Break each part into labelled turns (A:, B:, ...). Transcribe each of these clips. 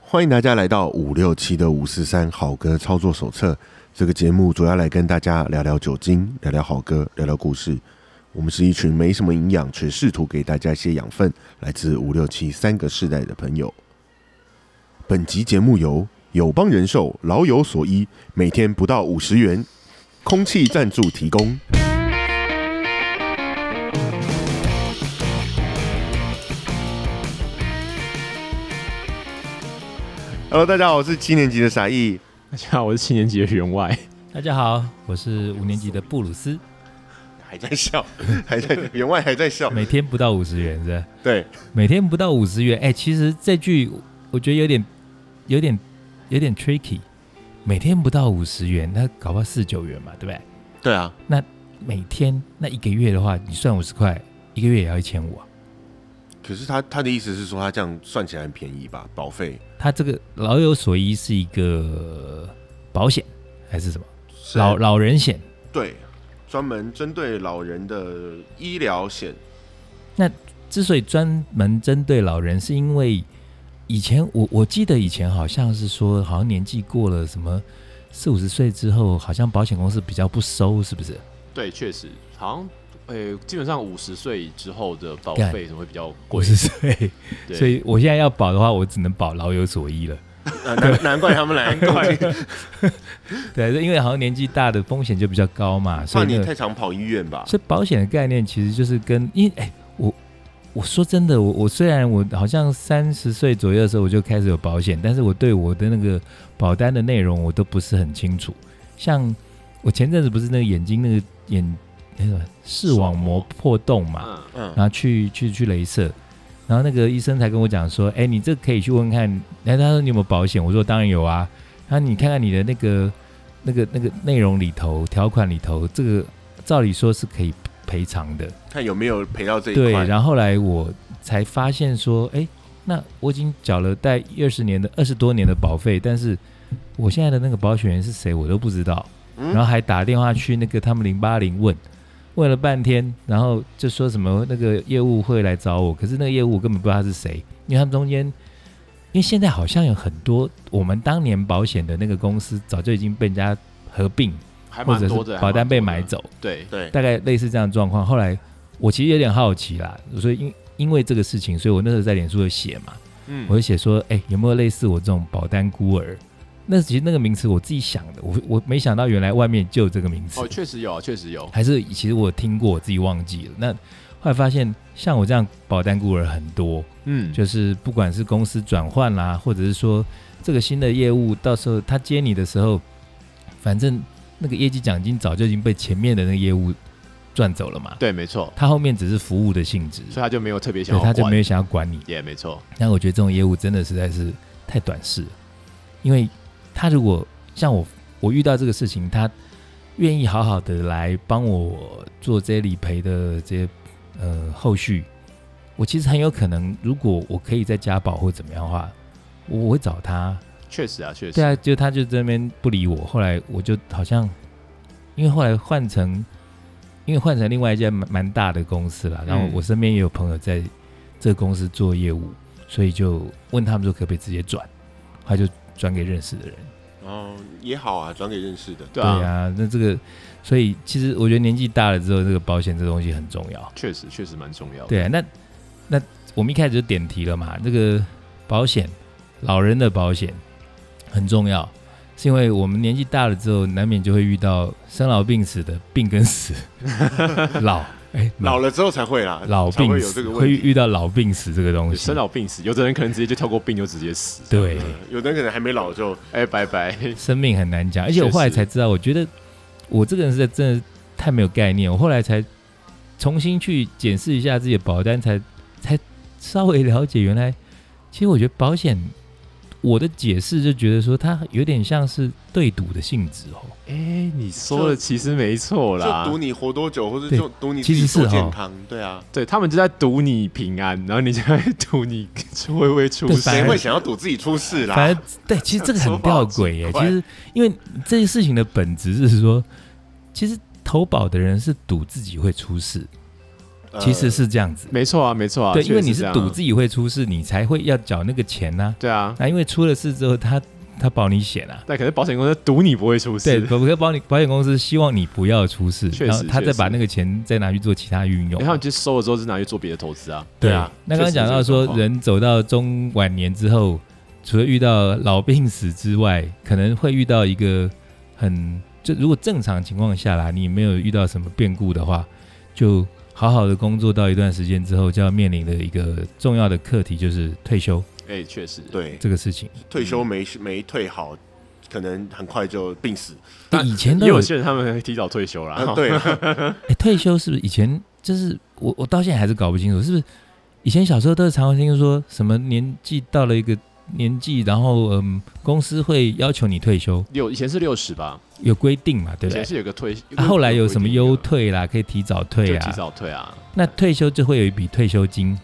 A: 欢迎大家来到五六七的五四三好歌操作手册。这个节目主要来跟大家聊聊酒精，聊聊好歌，聊聊故事。我们是一群没什么营养，却试图给大家一些养分，来自五六七三个世代的朋友。本集节目由友邦人寿老有所依，每天不到五十元，空气赞助提供。Hello，大家好，我是七年级的傻义。
B: 大家好，我是七年级的员外。
C: 大家好，我是五年级的布鲁斯，
A: 还在笑，还在员外还在笑。
C: 每天不到五十元是吧？
A: 对，
C: 每天不到五十元，哎、其实这句我觉得有点、有点、有点 tricky。每天不到五十元，那搞不好四九元嘛，对不对？
A: 对啊，
C: 每天那一个月的话，你算五十块，一个月也要一千五啊。
A: 可是他他的意思是说，他这样算起来很便宜吧？保费
C: 他这个老有所依是一个保险还是什么？
A: 是
C: 老老人险。
A: 对，专门针对老人的医疗 险。
C: 之所以专门针对老人，是因为以前我我记得以前好像是说，好像年纪过了什么四五十岁之后，好像保险公司比较不收，是不是？
B: 对，确实，好像诶、基本上五十岁之后的保
C: 干
B: 费什么会比较
C: 五
B: 贵。
C: 十岁，
B: 对
C: 所以我现在要保的话，我只能保老有所依了。
A: 呃难难怪他们来，
C: 对，因为好像年纪大的风险就比较高嘛，所
A: 怕
C: 以、那
A: 你
C: 个、
A: 太常跑医院吧？
C: 所以保险的概念其实就是跟，因为哎、我我说真的，我我虽然我好像三十岁左右的时候我就开始有保险，但是我对我的那个保单的内容我都不是很清楚。像我前阵子不是那个眼睛那个眼那个视网膜破洞嘛，
B: 嗯，
A: 嗯
C: 然后去去去镭射，然后那个医生才跟我讲说，哎、你这可以去问看，哎，他说你有没有保险？我说当然有啊。然后你看看你的那个那个那个内容里头条款里头，这个照理说是可以赔偿的，
A: 看有没有赔到这一
C: 对。啊
A: 块。
C: 然后后来我才发现说，哎、那我已经缴了大概二十年的二十多年的保费，但是我现在的那个保险人是谁我都不知道。然后
A: 嗯，
C: 还打电话去那个他们零八零问，问了半天，然后就说什么那个业务会来找我，可是那个业务我根本不知道他是谁，因为他们中间，因为现在好像有很多我们当年保险的那个公司早就已经被人家合并，
B: 还
C: 或
B: 蛮
C: 者
B: 多的，
C: 是
B: 还蛮
C: 保单被买
B: 多的。
C: 走，
B: 对，
A: 对，
C: 大概类似这样的状况。后来我其实有点好奇啦，所以因因为这个事情，所以我那时候在脸书有写嘛，
A: 嗯
C: 我就写说，哎、有没有类似我这种保单孤儿？那其实那个名词我自己想的，我我没想到原来外面就有这个名词
B: 哦，，确实有，确实有。
C: 还是其实我听过，我自己忘记了。那后来发现，像我这样保单孤儿很多，
B: 嗯，
C: 就是不管是公司转换啦，或者是说这个新的业务，到时候他接你的时候，反正那个业绩奖金早就已经被前面的那个业务赚走了嘛，
B: 对，没错，
C: 他后面只是服务的性质，
B: 所以他就没有特别想
C: 对，
B: 要
C: 他就
B: 管
C: 没有想要管你。
B: 也没错，
C: 但我觉得这种业务真的实在是太短视了，因为他如果像我，我遇到这个事情，他愿意好好的来帮我做这些理赔的这些呃后续，我其实很有可能，如果我可以再加保或怎么样的话，我我会找他。
B: 确实啊，确实。
C: 对啊，就他就在那边不理我，后来我就好像，因为后来换成，因为换成另外一家蛮蛮大的公司啦，然后
B: 嗯
C: 我身边也有朋友在这个公司做业务，所以就问他们说可不可以直接转，他就转给认识的人。
A: 哦，也好啊，转给认识的。
B: 对啊，
C: 啊，那这个，所以其实我觉得年纪大了之后，这个保险这东西很重要。
B: 确实确实蛮重要的。
C: 对啊，那那我们一开始就点题了嘛，这个保险，老人的保险很重要，是因为我们年纪大了之后，难免就会遇到生老病死的病跟死， 老哎、
A: 老了之后才会啦，
C: 老
A: 才
C: 病
A: 会有这
C: 死
A: 个
C: 会
A: 问题。
C: 遇到老病死这个东
B: 对
C: 西
B: 生，老病死，有的人可能直接就跳过病就直接死。
C: 对，
A: 嗯有的人可能还没老就
B: 哎，拜 拜。
C: 生命很难讲，而且我
B: 确实
C: 后来才知道，我觉得我这个人是在真的太没有概念，我后来才重新去检视一下自己的保单，才才稍微了解原来，其实我觉得保险，我的解释就觉得说它有点像是对赌的性质哦，
B: 哎，你说的其实没错
A: 就
B: 啦
A: 赌。你活多久，或者
C: 对
A: 就赌你自
C: 其
A: 己
C: 实是
A: 多
C: 哦
A: 健康。对啊，
B: 对他们就在赌你平安，然后你就在赌你 会不会出
C: 对
B: 事。
C: 反
A: 谁
C: 而
A: 会想要赌自己出事
B: 啊
A: 啦？
C: 反正对，其实这个很吊诡耶。
A: 说法
C: 其
A: 很
C: 实因为这件事情的本质是说，其实投保的人是赌自己会出事，
A: 呃
C: 其实是这样子。
B: 没错啊，没错啊，
C: 对，
B: 确
C: 因为
B: 实
C: 你
B: 是这
C: 是
B: 样啊
C: 赌自己会出事，你才会要缴那个钱呐、
B: 对啊，
C: 那因为出了事之后，他他保你险啊。
B: 但可是保险公司赌你不会出
C: 对，
B: 事，
C: 可不可以保你保险公司希望你不要出事，
B: 确实
C: 然后他再
B: 确实
C: 把那个钱再拿去做其他运用。
B: 然后你就收了之后是拿去做别的投资啊，
C: 对
B: 啊。
C: 那刚刚讲到说，
B: 确实是这个状况
C: 人走到中晚年之后，除了遇到老病死之外，可能会遇到一个很就如果正常情况下啦，你没有遇到什么变故的话，就好好的工作到一段时间之后，就要面临的一个重要的课题就是退休
B: 哎，确实，
A: 呃对，
C: 这个事情。
A: 退休没没退好，可能很快就病死。
C: 对，以前都
B: 也
C: 有
B: 有些人他们提早退休啦
C: 哦
A: 啊，，对，
C: 哎、退休是不是以前就是我我到现在还是搞不清楚，是不是以前小时候都是常常听说什么年纪到了一个年纪，然后嗯，公司会要求你退休，
B: 六以前是六十吧，
C: 有规定嘛，对
B: 以
C: 不对
B: 前？是有个退，
C: 啊、后来有什么优
B: 优退
C: 退啦，可以提早退
B: 就提
C: 啊。
B: 早退啊，
C: 那退休就会有一笔退休金，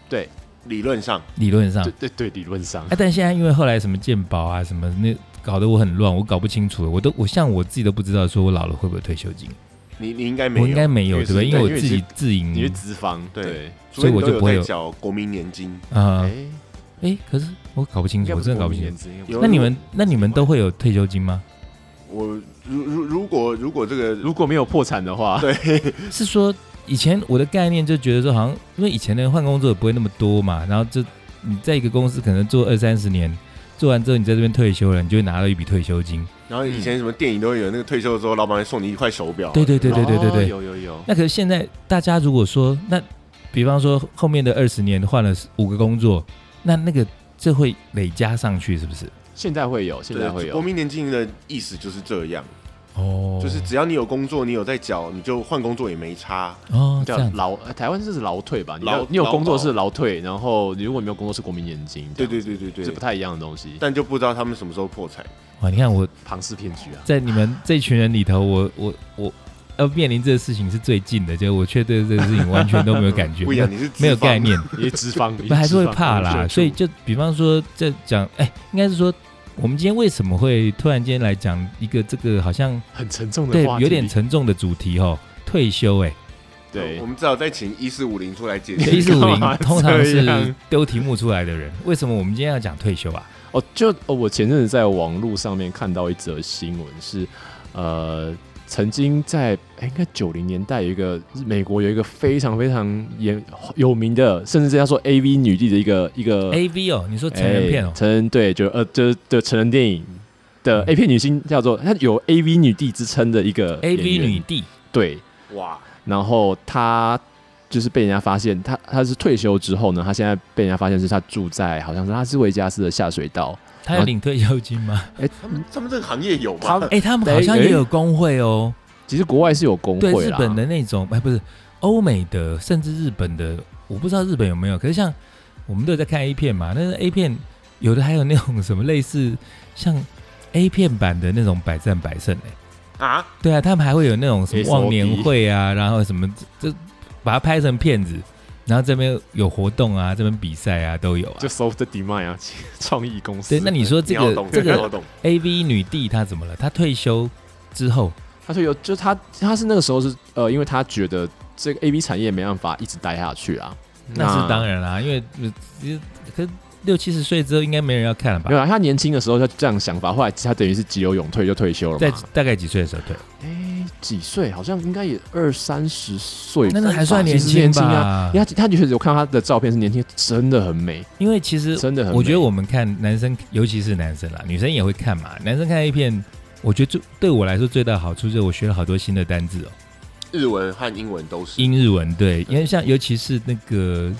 A: 理论上
C: 理论上。
B: 对
C: 哎、
B: 对对，理论上，
C: 但现在因为后来什么健保啊，什么那搞得我很乱，我搞不清楚了。我都我像我自己都不知道，说我老了会不会有退休金？
A: 你你应该没有，
C: 我应该没有，
B: 因
C: 对
B: 为
C: 不对？
B: 是
C: 因为我
B: 对因为
C: 自己
B: 是
C: 自营
B: 你是资方，
A: 对
B: 对，
A: 所以
C: 所以我
A: 你都
C: 就不会
A: 有
C: 有
A: 在缴国民年金。
C: 啊。哎、
B: 哎，
C: 可是我搞不清
B: 应
C: 楚，
B: 该
C: 我
B: 不
C: 真
B: 是
C: 的搞
B: 国
C: 不
B: 民
C: 清楚
B: 年。金，应该不
A: 有
B: 是
C: 那你
B: 国
C: 们
B: 民
C: 那你们都会有退休金吗？
A: 我如如如果如果这个
C: 嗯
B: 如果没有破产的话，
A: 对
C: 是说以前我的概念就觉得说，好像因为以前的人换工作也不会那么多嘛，然后就你在一个公司可能做二三十年，做完之后你在这边退休了，你就会拿到一笔退休金。
A: 然后以前什么电影都会有那个退休的时候，老板会送你一块手表。
C: 对对对对对对
B: 哦
C: 对。
B: 有有有，
C: 那可是现在大家如果说，那比方说后面的二十年换了五个工作，那那个这会累加上去是不是？
B: 现在会有，现在
A: 国
B: 会有，
A: 民年金的意思就是这样，
C: 哦
A: 就是只要你有工作，你有在缴，你就换工作也没差。
C: 哦这
B: 叫
C: 样子
B: 劳，呃台湾就是劳退吧，你
A: 劳
B: 要你有工作
A: 劳保
B: 是劳退，然后你如果没有工作是国民年金，
A: 对对对对对
B: 是不太一样的东西，
A: 但就不知道他们什么时候破产。
C: 哇！你看我
B: 庞氏骗局啊，
C: 在你们这群人里头，我我我要面临这个事情是最近的，就我却对这个事情完全都没有 感觉，
A: 不一样，你是
C: 没有
A: 资方
C: 概。念，
B: 你是资 方，你
C: 不还是
B: 资
C: 会
B: 方
C: 怕啦。所以就比方说，这讲，哎、应该是说，我们今天为什么会突然间来讲一个这个好像
B: 很沉重的
C: 对
B: 话题，
C: 有点沉重的主题哦，退休、 哎。
B: 对
A: 我，们至少再请一四五零出来解
C: 一
A: 释。
C: 四五
B: 干
C: 零
B: 嘛
C: 通常
B: 这
C: 是
B: 样
C: 丢题目出来的人，为什么我们今天要讲退休啊？
B: 哦，就哦，我前阵子在网络上面看到一则新闻，是呃，曾经在哎应该九零年代有一个美国有一个非常非常严有名的，甚至这样说 A V 女帝的一个一个
C: A V 哦，你说成人片哦
B: 哎，成人对，就呃就是的成人电影的
C: 嗯
B: A 片女星叫做她有 A V 女帝之称的一个
C: ，A V
B: 哎演员
C: 女帝
B: 对，
A: 哇，
B: 然后她就是被人家发现，她她是退休之后呢，她现在被人家发现是她住在好像是拉斯维加斯的下水道。
C: 她有领退休金吗？
A: 他们他们这个行业有
B: 他
A: 吗
B: 们？
C: 哎、他们好像也有工会哦。
B: 其实国外是有工
C: 对
B: 会
C: 日
B: 啦，
C: 本的那种，哎，不是欧美的，甚至日本的，我不知道日本有没有。可是像我们都有在看 A 片嘛，那 A 片有的还有那种什么类似像 A 片版的那种百战百胜哎、
A: 啊，
C: 对啊，他们还会有那种什么
B: SOP
C: 忘年会啊，然后什么这这把它拍成片子，然后这边有活动啊，这边比赛啊都有啊
B: 就。solve the demand 啊， 创意公司。
C: 对，那你说这
A: 你要
C: 个
A: 懂，
C: 这
A: 你要
C: 个
A: 懂。
C: A V 女帝她怎么了？她退休之后，
B: 他退休，就他他是那个时候是呃，因为他觉得这个 A B 产业没办法一直待下去啊。
C: 那是当然啦、因为呃其实可是六七十岁之后应该没人要看了吧
B: 没？有啊，他年轻的时候他这样想法，后来他等于是急流勇退就退休了
C: 在
B: 嘛。
C: 大概几岁的时候退？
B: 哎，几岁？好像应该也二三十岁吧，
C: 那那还算
B: 其
C: 年
B: 实
C: 轻
B: 年轻啊。
C: 吧？
B: 因为他他确实，我看他的照片是年轻，真的很美，
C: 因为其实
B: 真的很美。
C: 我觉得我们看男生，尤其是男生啦，女生也会看嘛。男生看 A 片，我觉得最对我来说最大的好处就是我学了好多新的单字哦，
A: 日文和英文都是。
C: 英日文对，因为像尤其是那个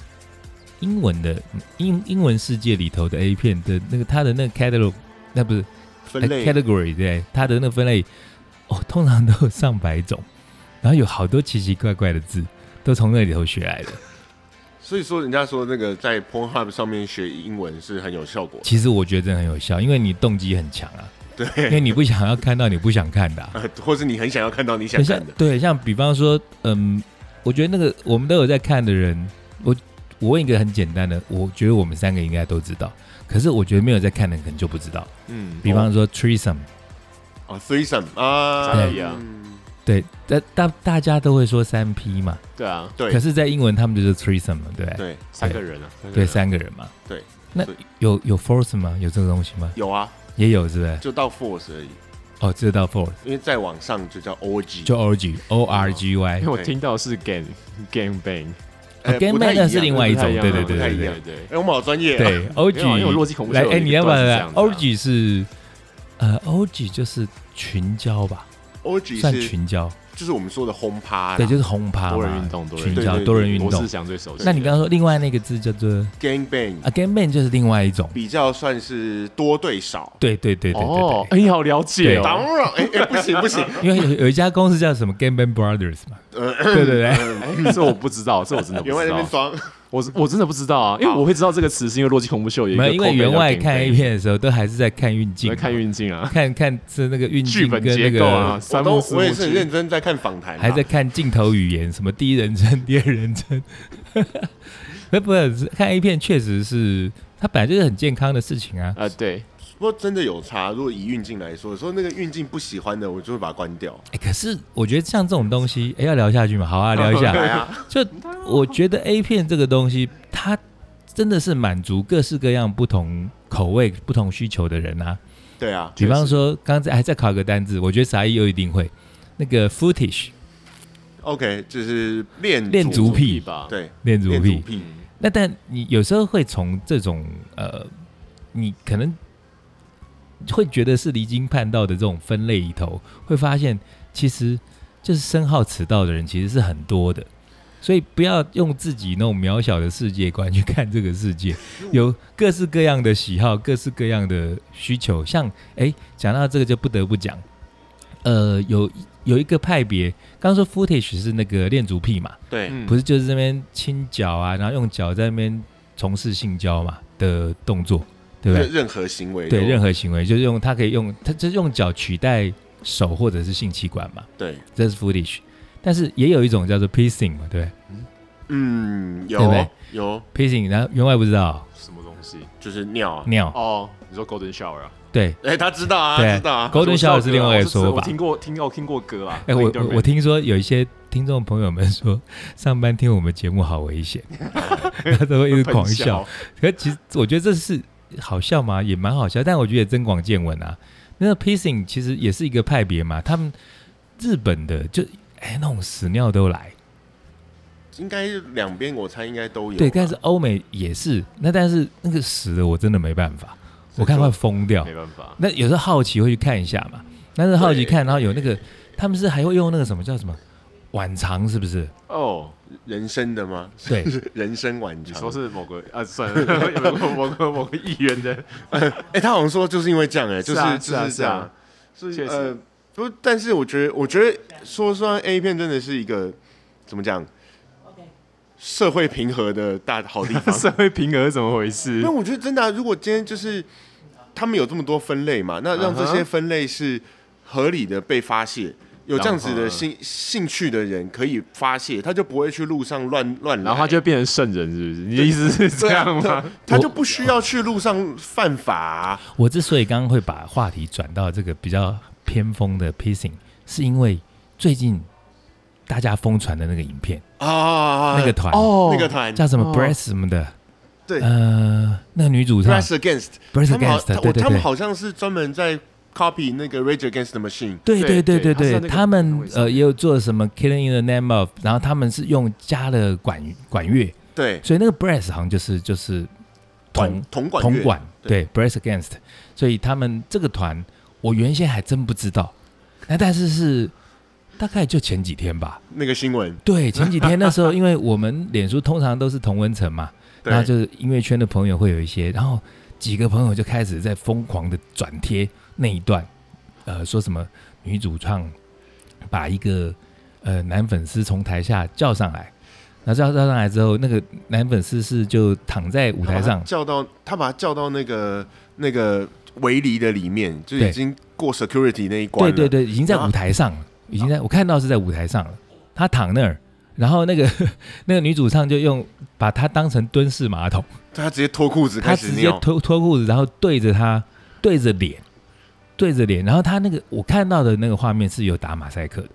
C: 英文的英英文世界里头的 A 片的那个它的那个 catalog，那不是
A: 分类
C: category 对，它的那个分类哦，通常都有上百种， 然后有好多奇奇怪怪的字都从那里头学来的。
A: 所以说，人家说那个在 Pornhub 上面学英文是很有 效果。
C: 其实我觉得真的很有效，因为你动机很强啊，因
A: 对，
C: 为你不想要看到你不想看的、啊。
A: 呃，或是你很想要看到你想看
C: 像
A: 的，
C: 对，像比方说，嗯，我觉得那个我们都有在看的人，我我问一个很简单的，我觉得我们三个应该都知道，可是我觉得没有在看的人可能
A: 哦
C: 就不知道。
B: 嗯，
C: 比方说 threesome，、
A: 哦，threesome 啊，
B: 对呀
A: 嗯
C: 对，大大大家都会说三 P 嘛，
B: 对啊，
A: 对
C: 可是，在英文他们就是 threesome 嘛，对不对
A: 对，
B: 三个人啊，个
C: 对，
B: 人
C: 三个人嘛。
A: 对，
C: 那
A: 所以
C: 有有 foursome 吗？有这个东西吗？
A: 有啊，
C: 也有是不是？
A: 就到 force 而已，
C: 哦，这到 four
A: 因为再往上就叫 orgy，
C: 就 orgy o r g
B: 因
C: y
B: 为我听到是 gang gang bang，
A: 呃
C: 哦 gang
A: 不太
C: bang 那是
A: 一样
C: 另外一
B: 不太
C: 种
B: 样
C: 对
B: 啊
C: 对
B: 不
C: 对
B: 太
A: 对
B: 一
A: 对
B: 样对。
A: 哎，我们好专业啊，
C: 对
B: 没有啊因为
C: orgy
B: 逻辑恐怖
C: 来
B: 是有
C: 哎，
B: 一
C: 你
B: 个
C: 要不
B: 段
C: 要
B: 是这
C: 来
B: 样子啊
C: orgy 是呃 orgy 就是群交吧，
A: ，orgy
C: 算
A: 是
C: 群交，
A: 就是我们说的轰趴啦，
C: 对，就是轰趴
B: 多
C: 嘛
B: 人运动，多人
C: 群
B: 运动
C: 交
A: 对对
C: 多人运
B: 罗
C: 动
B: 志。祥最熟悉的。
C: 那你刚刚说另外那个字叫做
A: gang bang，
C: 啊 game man 就是另外一种，
A: 比较算是多对少。
C: 对对对对对
B: 哦
C: 对，，
B: 哎，你好了解
A: 当
B: 哦。
A: 然，哎哎，不行不行，
C: 因为有有一家公司叫什么 Game Man Brothers 嘛，
A: 呃
C: 对对对，
B: 哎，这我不知道， 这我真的不
A: 员外
B: 知
A: 那
B: 道
A: 边。装，
B: 我是我真的不知道啊，因为我会知道这个词是因为《洛基恐怖秀》有一
C: 没
B: 个
C: 有，因为
B: callback
C: 员外
B: 叫 Gang
C: 看 A
B: Bang
C: 片的时候都还是在看运
B: 我
C: 镜
B: 在
C: 嘛，
B: 看运镜啊，
C: 看看是那个运
B: 剧
C: 镜
B: 本
C: 跟
B: 结
C: 那
B: 构啊，
C: 个，
A: 我
B: 三幕
A: 都
B: 四幕
A: 我也是很
B: 制
A: 认真在看访谈啦，啊
C: 还在看镜头语言，什么第一人称、第二人称， 那不是看 A 片确实是，它本来就是很健康的事情啊。
B: 啊，对，
A: 不过真的有差，如果以运镜来说，说那个运镜不喜欢的，我就会把它关掉。
C: 哎，可是我觉得像这种东西，哎，要聊下去嘛，好啊，聊一 下。
A: 来 啊，
C: 就我觉得 A 片这个东西，它真的是满足各式各样不同口味、不同需求的人啊。
A: 对啊，
C: 比方说，刚才还在考个单字，我觉得傻一又一定会那个 footage
A: ，OK，就是恋
C: 恋足
A: 足，
C: 癖
B: 吧，
A: 对，
C: 恋足
A: 恋足
C: 癖。
A: 癖，
C: 那但你有时候会从这种呃，你可能会觉得是离经叛道的这种分类里头，会发现其实就是深好此道的人其实是很多的。所以不要用自己那种渺小的世界观去看这个世界，有各式各样的喜好，各式各样的需求。像哎，讲到这个就不得不讲，呃，有有一个派别，刚刚说 footage 是那个恋足癖嘛，
A: 对，
B: 嗯
C: 不是就是这边亲脚啊，然后用脚在那边从事性交嘛的动作，对不
A: 任
C: 对？
A: 任何行为都，
C: 对，任
A: 何
C: 何行为就是用它可以用它就是用脚取代手或者是性器官嘛，
A: 对，
C: 这是 footage。但是也有一种叫做 piercing 嘛，对不
A: 嗯，
C: 对不
A: 有
C: 对
A: 有，
C: 对？piercing，然后员外不知道
B: 什么东西？
A: 就是尿啊，
C: 尿，
B: 哦，你说 Golden Shower 啊
C: 对
A: 哎，他知道啊，
C: 对
A: 知道啊，
C: ，golden
B: 我知道
C: shower 是另外一
B: 歌
C: 个
B: 啊
C: 说
B: 我
C: 法
B: 是我。听过，听过，听过歌啊。
C: 哎，我我
B: Linderman
C: 我听说有一些听众朋友们说，上班听我们节目好危险， 他都会一直狂
B: 喷
C: 笑。，可其实我觉得这是好笑吗？也蛮好笑，但我觉得也增广见闻啊。那个 pacing 其实也是一个派别嘛，他们日本的就哎那种屎尿都来，
B: 啊
A: 应该两边我猜应该都有吧，
C: 对，但是欧美也是，那但是那个屎的我真的没办法，我看
A: 就
C: 快疯掉
B: 没。办法，
C: 那有时候好奇会去看一下嘛，但是好奇
A: 对
C: 看，然后有那个他们是还会用那个什么叫什么晚肠是不是？
B: 哦，
A: 人生的吗？
C: 对，
A: 人生晚
B: 你
A: 长，
B: 说是某个啊，算了，某个某个某个议员 的，
A: 哎、他好像说就是因为这样、哎，就是
B: 啊
A: 就是
B: 啊
A: 是这样，所以
B: 确实
A: 呃，不，但是我觉得，我觉得说实话，A 片真的是一个怎么讲，社会平和的大好地方。
B: 社会平衡是怎么回事
A: 那？我觉得真的啊、如果今天就是他们有这么多分类嘛，那让这
B: 嗯
A: 些
B: 哼
A: 分类是合理的被发泄。有这样子
B: 然
A: 的
B: 后
A: 兴兴趣的人可以发泄，他就不会去路上乱乱来，
B: 然后他就会变成圣人，是不是？你的意思是这样
A: 对
B: 吗
A: 啊？他就不需要去路上犯法啊、
C: 我之所以刚刚会把话题转到这个比较偏锋的 pacing，是因为最近大家疯传的那个影片，
A: 啊，
C: 那个团、
B: 哦
A: 那个团
C: 叫什么
B: 哦
C: Breast 什么的，
A: 对
C: 呃，那个女主唱
A: Press Against，
C: Breast
A: 他们好
C: Against，
A: 他
C: 对
A: 我
C: 对
A: 他们
C: 对。
A: 好像是专门在 copy 那个 Rage Against the Machine，
C: 对对对
B: 对
C: 对
B: 对
C: 对，
B: 他是
C: 他
B: 在那个
C: 们呃也有做什么 Killing in the Name of，然后他们是用加了管管乐，
A: 对，
C: 所以那个 Breast 好像就是就是同
A: 管铜管
C: 铜
A: 乐
C: 管，
A: 对
C: 对 Breast Against，所以他们这个团，我原先还真不知道，那但是是大概就前几天吧，
A: 那个新闻，
C: 对，前几天那时候，因为我们脸书通常都是同温层嘛，然后
A: 对，
C: 就是音乐圈的朋友会有一些，然后几个朋友就开始在疯狂的转贴那一段，呃，说什么女主唱把一个呃男粉丝从台下叫上来，然后叫叫上来之后，那个男粉丝是就躺在舞台
A: 他把
C: 上
A: 他，叫到他把他叫到那个那个围篱的里面，就已
C: 对
A: 经过 security 那一关
C: 对
A: 了，
C: 对对，已经在
A: 然后
C: 舞台上了，已经在我看到是在舞台上了，他躺那儿，然后那个 那个女主唱就用把他当成蹲式马桶。
A: 他直接脱裤子
C: 他
A: 开始
C: 直接
A: 尿，
C: 脱脱裤子，然后对着他对着脸对着脸，然后他那个我看到的那个画面是有打马赛克的，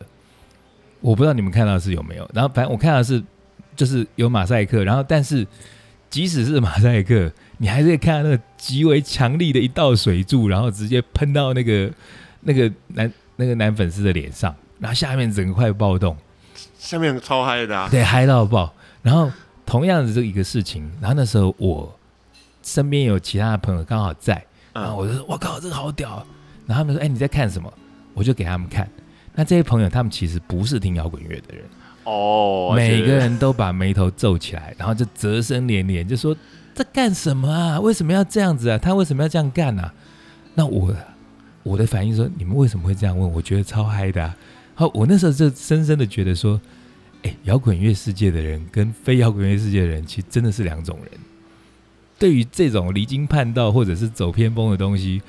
C: 我不知道你们看到的是有没有。然后反正我看到的是就是有马赛克，然后但是即使是马赛克，你还是可以看到那个极为强力的一道水柱，然后直接喷到那个那个男那个男粉丝的脸上，然后下面整块暴动。
A: 下面超嗨的、啊，
C: 对，嗨到爆。然后同样的这一个事情，然后那时候我身边有其他的朋友刚好在，然后
A: 嗯，
C: 我就说：“我靠，这个好屌啊！”然后他们说：“哎、你在看什么？”我就给他们看。那这些朋友，他们其实不是听摇滚乐的人，
B: 哦，
C: 每个
B: 而且
C: 人都把眉头皱起来，然后就啧声连连，就说：“这干什么啊？为什么要这样子啊？他为什么要这样干啊？”那我我的反应说：“你们为什么会这样问？我觉得超嗨的、啊。”好，我那时候就深深的觉得说：“哎、摇滚乐世界的人跟非摇滚乐世界的人，其实真的是两种人。对于这种离经叛道或者是走偏锋的东西，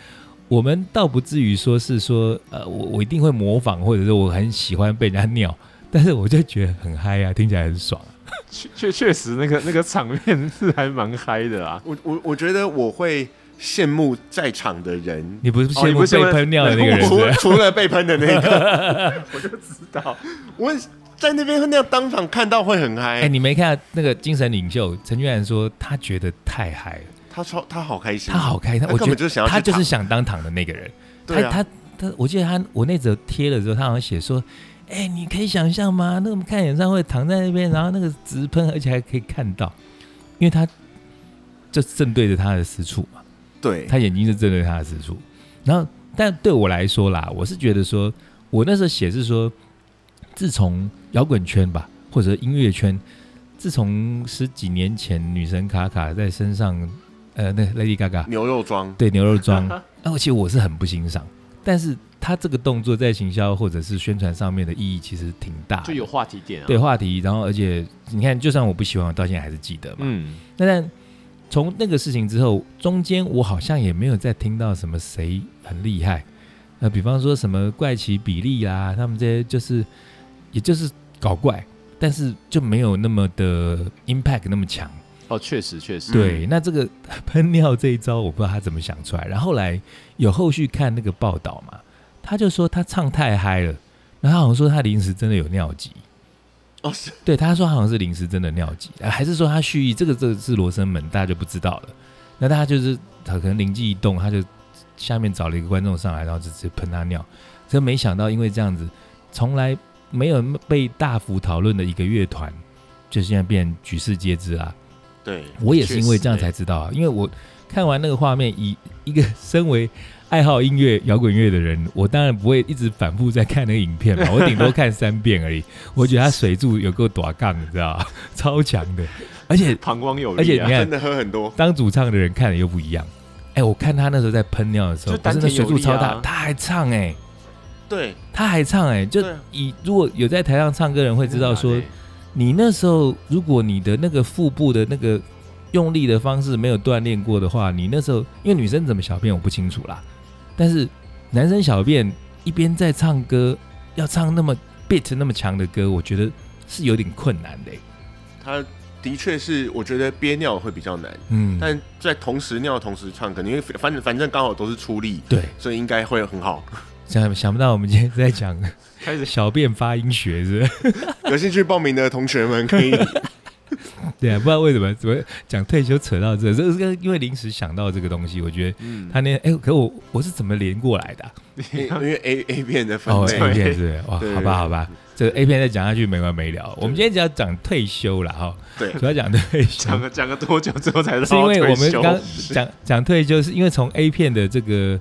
C: 我们倒不至于说是说，呃，我我一定会模仿，或者是我很喜欢被人家尿。”但是我就觉得很嗨啊，听起来很爽、啊。
B: 确确确实那个那个场面是还蛮嗨的啊。
A: 我我我觉得我会羡慕在场的人。
C: 你不是
B: 哦
C: 羡
B: 你
C: 慕
B: 不是
C: 被喷尿的那个人是
A: 除
C: 不
A: 了
C: 是？
A: 除了被喷的那个，
B: 我就知道，
A: 我在那边那样当场看到会很
C: 哎、
A: 嗨。
C: 你没看到那个精神领袖陈俊然说，他觉得太嗨了，
A: 他超他好开心，
C: 他好开心。
A: 他
C: 我
A: 根
C: 觉
A: 本就是想
C: 得
A: 要去
C: 他就是
A: 躺
C: 想当躺的那个人。
A: 对啊，
C: 他他他，我记得他我那则贴了之后，他好像写说，哎、你可以想象吗？那我们看演唱会躺在那边，然后那个直喷，而且还可以看到，因为他就正对着他的私处嘛。
A: 对
C: 他眼睛是正对他的私处。然后，但对我来说啦，我是觉得说，我那时候写是说，自从摇滚圈吧，或者音乐圈，自从十几年前女神卡卡在身上，呃，那 Lady Gaga
A: 牛肉妆，
C: 对 牛肉妆，那我其实我是很不欣赏，但是他这个动作在行销或者是宣传上面的意义其实挺大的，
B: 就有话题点啊。
C: 对，话题，然后而且你看，就算我不喜欢，我到现在还是记得嘛。
B: 嗯，
C: 那但从那个事情之后，中间我好像也没有再听到什么谁很厉害。那比方说什么怪奇比利啦，他们这些就是也就是搞怪，但是就没有那么的 impact 那么强。
B: 哦，确实确实，
C: 对，那这个喷尿这一招，我不知道他怎么想出来。然后后来有后续看那个报道嘛，他就说他唱太嗨了，然后好像说他临时真的有尿急。
A: 哦是
C: 对，他说好像是临时真的尿急，啊还是说他蓄意？这个这个是罗生门，大家就不知道了。那大家就是他可能灵机一动，他就下面找了一个观众上来，然后就直接喷他尿。真没想到，因为这样子，从来没有被大幅讨论的一个乐团，就现在变举世皆知啊啦、
A: 对，
C: 我也是因为这样
B: 确实
C: 才知道啊，因为我看完那个画面，以一个 身为爱好音乐摇滚乐的人，我当然不会一直反复在看那个影片嘛，我顶多看三遍而已。我觉得他水柱有够短杠，你知道吧？ 超强的，而且
B: 膀胱有力、啊，
C: 而且你看
A: 真的喝很多，
C: 当主唱的人看了又不一样。哎、我看他那时候在喷尿的时候，
B: 就
C: 不
B: 丹
C: 是
B: 田
C: 那水柱超
B: 有力
C: 大
B: 啊，
C: 他还唱哎、
A: 对
C: 他还唱哎、就
A: 对啊
C: 以如果有在台上唱歌的人会知道说
B: 真的，啊
C: 你那时候如果你的那个腹部的那个用力的方式没有锻炼过的话，你那时候因为女生怎么小便我不清楚啦，但是男生小便一边在唱歌，要唱那么 beat 那么强的歌，我觉得是有点困难的欸、
A: 他的确是，我觉得憋尿会比较难，
C: 嗯，
A: 但在同时尿的同时唱，可能因为反正反正刚好都是出力，
C: 对，
A: 所以应该会很好。
C: 想想不到我们今天在讲
B: 开始
C: 小便发音学是不 是？
A: 有兴趣报名的同学们 可以，
C: 对啊，不知道为什么怎么讲退休扯到这，这是因为临时想到这个东西，我觉得
B: 嗯，
C: 他那哎、可我我是怎么连过来的啊、
A: 因为 A A 片的分
C: 哦
A: 类，
C: ，A 片是不是哇
A: 对，
C: 好吧，好吧，这个 A 片再讲下去没完没了。我们今天只要讲退休了哈，
A: 对
C: 主要讲退休
B: 讲，了讲了多久之后才知道
C: 是因为我们
B: 退休
C: 刚讲讲退休，是因为从 A 片的这个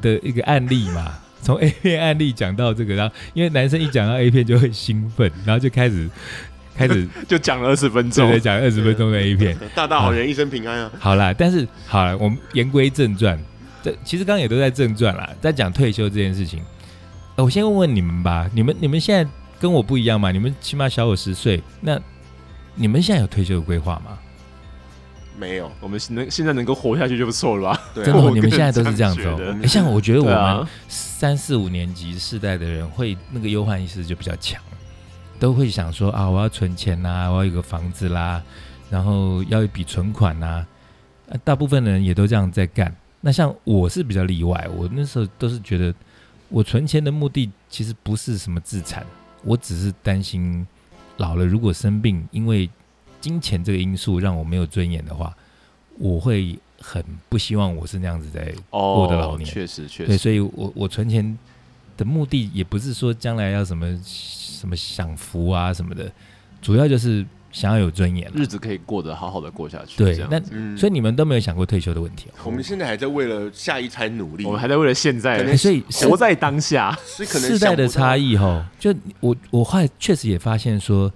C: 的一个案例嘛，从 A 片案例讲到这个，然后因为男生一讲到 A 片就会兴奋，然后就开始开 始
B: 就讲了二十分
C: 对
B: 钟
C: 对，讲二十分钟的 A 片。
A: 大大好人一生平安啊！
C: 好啦，但是好了，我们言归正传，这其实刚刚也都在正传啦，在讲退休这件事情。呃我先问问你们吧，你们你们现在跟我不一样嘛？你们起码小我十岁，那你们现在有退休的规划吗？
A: 没有，
B: 我们能现在能够活下去就不错了吧？
A: 对
C: 真的
A: 啊，
C: 吗，
B: 我
C: 你们现在都是
B: 更
C: 这样
B: 这
C: 子
B: 样
C: 哦、
B: 觉得
C: 诶像我觉得我
B: 对
C: 们
B: 啊，
C: 三四五年级世代的人会那个忧患意识就比较强，都会想说啊，我要存钱啦、我要有个房子啦，然后要一笔存款啦、啊。大部分人也都这样在干。那像我是比较例外，我那时候都是觉得我存钱的目的其实不是什么自产，我只是担心老了如果生病，因为金钱这个因素让我没有尊严的话，我会很不希望我是那样子在
B: 哦，
C: 过得老年
B: 确实确
C: 对，
B: 实，
C: 所以我我存钱的目的也不是说将来要什么什么享福啊什么的，主要就是想要有尊严啦
B: 日子可以过得好好的过下去。
C: 对
B: 这样
C: 那
B: 子
A: 嗯
C: 所以你们都没有想过退休的问题哦、
A: 我们现在还在为了下一餐努力，
B: 我们还在为了现
A: 可
B: 在
A: 能
C: 哎所以
B: 活在当下，
A: 是可能
C: 世代的差
A: 异，
C: 异哈，就我我后来确实也发现说，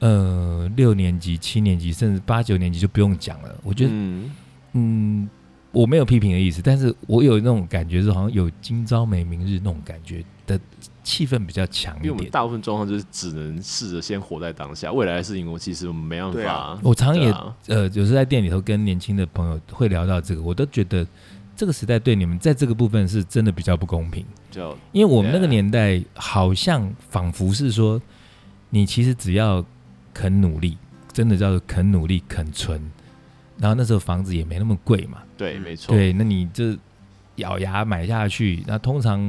C: 呃，六年级、七年级甚至八九年级就不用讲了。我觉得，
B: 嗯，
C: 嗯我没有批评的意思，但是我有那种感觉，是好像有今朝没明日那种感觉的气氛比较强
B: 因
C: 一
B: 为我们
C: 点。
B: 大部分状况就是只能试着先活在当下，未来的事情我其实我们没办
A: 对
B: 法。
A: 啊
C: 我常也
B: 对啊
C: 呃，有时候在店里头跟年轻的朋友会聊到这个，我都觉得这个时代对你们在这个部分是真的比较不公平。
B: 就
C: 因为我们那个
B: Yeah.
C: 年代好像仿佛是说，你其实只要肯努力，真的叫做肯努力、肯存，然后那时候房子也没那么贵嘛，
B: 对，
A: 嗯
B: 没错，
C: 对，那你就咬牙买下去。那通常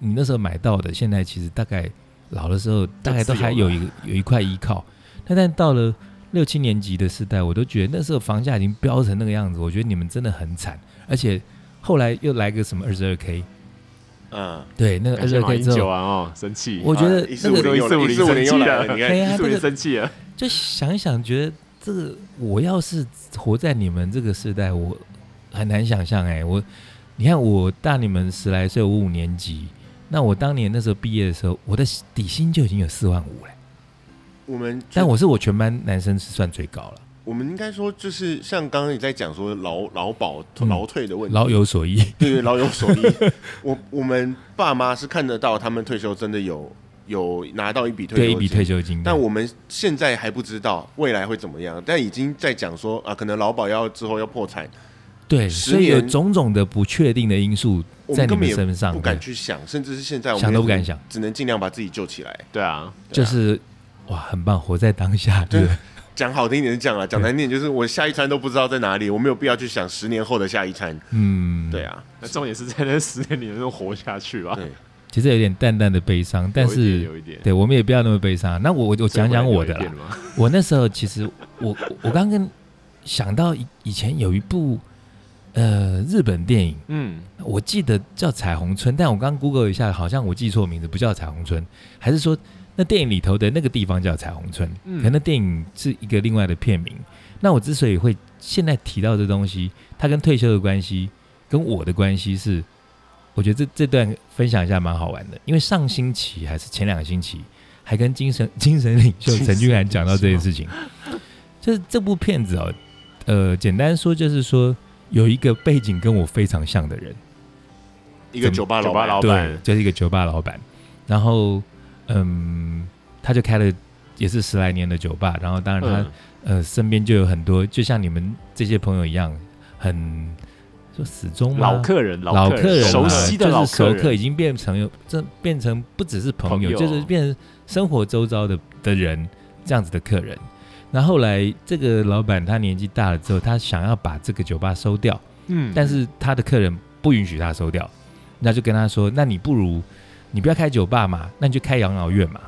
C: 你那时候买到的，现在其实大概老的时候，大概都还有一个有一块依靠。但但到了六七年级的时代，我都觉得那时候房价已经飙成那个样子，我觉得你们真的很惨。而且后来又来个什么二十二 k，
A: 嗯，啊
C: 对，那个二
B: 感
C: 十
B: 谢
C: 二
B: 马
C: k
B: 英
C: 之后
B: 九。啊，哦，生气，
C: 我觉得
A: 一四
C: 那
A: 五
C: 个
A: 零又来了，一四五零又来了，你看
C: 对， 啊
B: 一
C: 这
B: 瞬
C: 个
B: 间生气了，
C: 就想一想，觉得这个我要是活在你们这个时代，我很难想象哎、我你看我大你们十来岁，我五年级，那我当年那时候毕业的时候，我的底薪就已经有四万五了、
A: 我们
C: 但我是我全班男生是算最高了，
A: 我们应该说就是像刚刚你在讲说劳劳保
C: 嗯
A: 劳退的问题，
C: 老有所依。
A: 对对，老有所 依。我我们爸妈是看得到他们退休真的有有拿到一笔退休
C: 对一
A: 金，
C: 笔退休金的，
A: 但我们现在还不知道未来会怎么样，但已经在讲说啊，可能劳保要之后要破产，
C: 对，
A: 十
C: 所以有
A: 年
C: 种种的不确定的因素
A: 我
C: 在
A: 们
C: 你
A: 根本
C: 们
A: 也
C: 身上，
A: 不敢去想，甚至是现在我们
C: 想都
A: 也
C: 不敢想，
A: 只能尽量把自己救起来。
B: 对啊，
A: 对
C: 就
A: 啊
C: 是哇，很棒，活在当下，
A: 对
C: 对不对
A: 讲好听一点是这样啊，讲难听一点就是我下一餐都不知道在哪里，我没有必要去想十年后的下一餐。
C: 嗯，
A: 对。啊，
B: 那重点是在那十年里面活下去吧，
A: 对，
C: 其实有点淡淡的悲伤，但
B: 有一点
C: 是
B: 有一点，
C: 对，我们也不要那么悲伤。那我我我讲讲我的
B: 有一点
C: 啦。
B: 嘛
C: 我那时候其实我我我刚跟想到以以前有一部呃日本电影，
B: 嗯，
C: 我记得叫《彩虹村》，但我刚 Google 一下，好像我记错名字，不叫彩虹村，还是说那电影里头的那个地方叫彩虹村？
B: 嗯
C: 可能那电影是一个另外的片名。那我之所以会现在提到这东西，它跟退休的关系，跟我的关系是，我觉得这这段分享一下蛮好玩的，因为上星期还是前两个星期，还跟精神 精神领袖
B: 精神
C: 陈俊涵讲到这
B: 领
C: 件
B: 袖
C: 事情，就是这部片子哦，呃，简单说就是说有一个背景跟我非常像的人。
A: 一个
C: 怎么
A: 酒吧老
B: 酒吧
A: 板
B: 老
C: 对，
B: 板
C: 就是一个酒吧老板。然后，嗯，他就开了也是十来年的酒吧，然后当然他、
B: 嗯
C: 呃身边就有很多，就像你们这些朋友一样，很说始终吗
B: 老客人，
C: 嗯老
B: 客
C: 人啊、
B: 熟悉的老
C: 就是熟
B: 客
C: 客，
B: 人，
C: 已经变成有这变成不只是朋友，
B: 朋友
C: 就是变成生活周遭的的人这样子的客人。那后来这个老板他年纪大了之后，他想要把这个酒吧收掉。
B: 嗯
C: 但是他的客人不允许他收掉，那就跟他说：“那你不如你不要开酒吧嘛，那你就开养老院嘛。”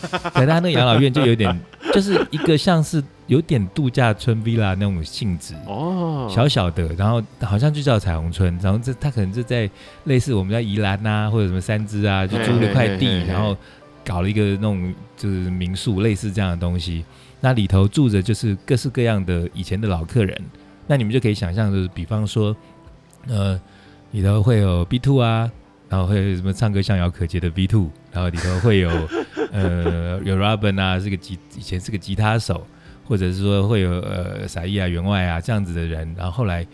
C: 可他那个养老院就有点，就是一个像是有点度假村 villa 那种性质，
B: 哦，
C: 小小的，然后好像就叫彩虹村，然后这他可能就在类似我们在宜兰呐、或者什么三芝啊，就租了块地，
B: 嘿嘿嘿嘿
C: 然后搞了一个那种就是民宿类似这样的东西，那里头住着就是各式各样的以前的老客人，那你们就可以想象，就是比方说，呃，里头会有 B two 啊。然后会有什么唱歌向遥可及的 B two，然后里头会有呃有 Robin 啊，是个吉以前是个吉他手，或者是说会有呃傻义啊、员外啊这样子的人，然后后来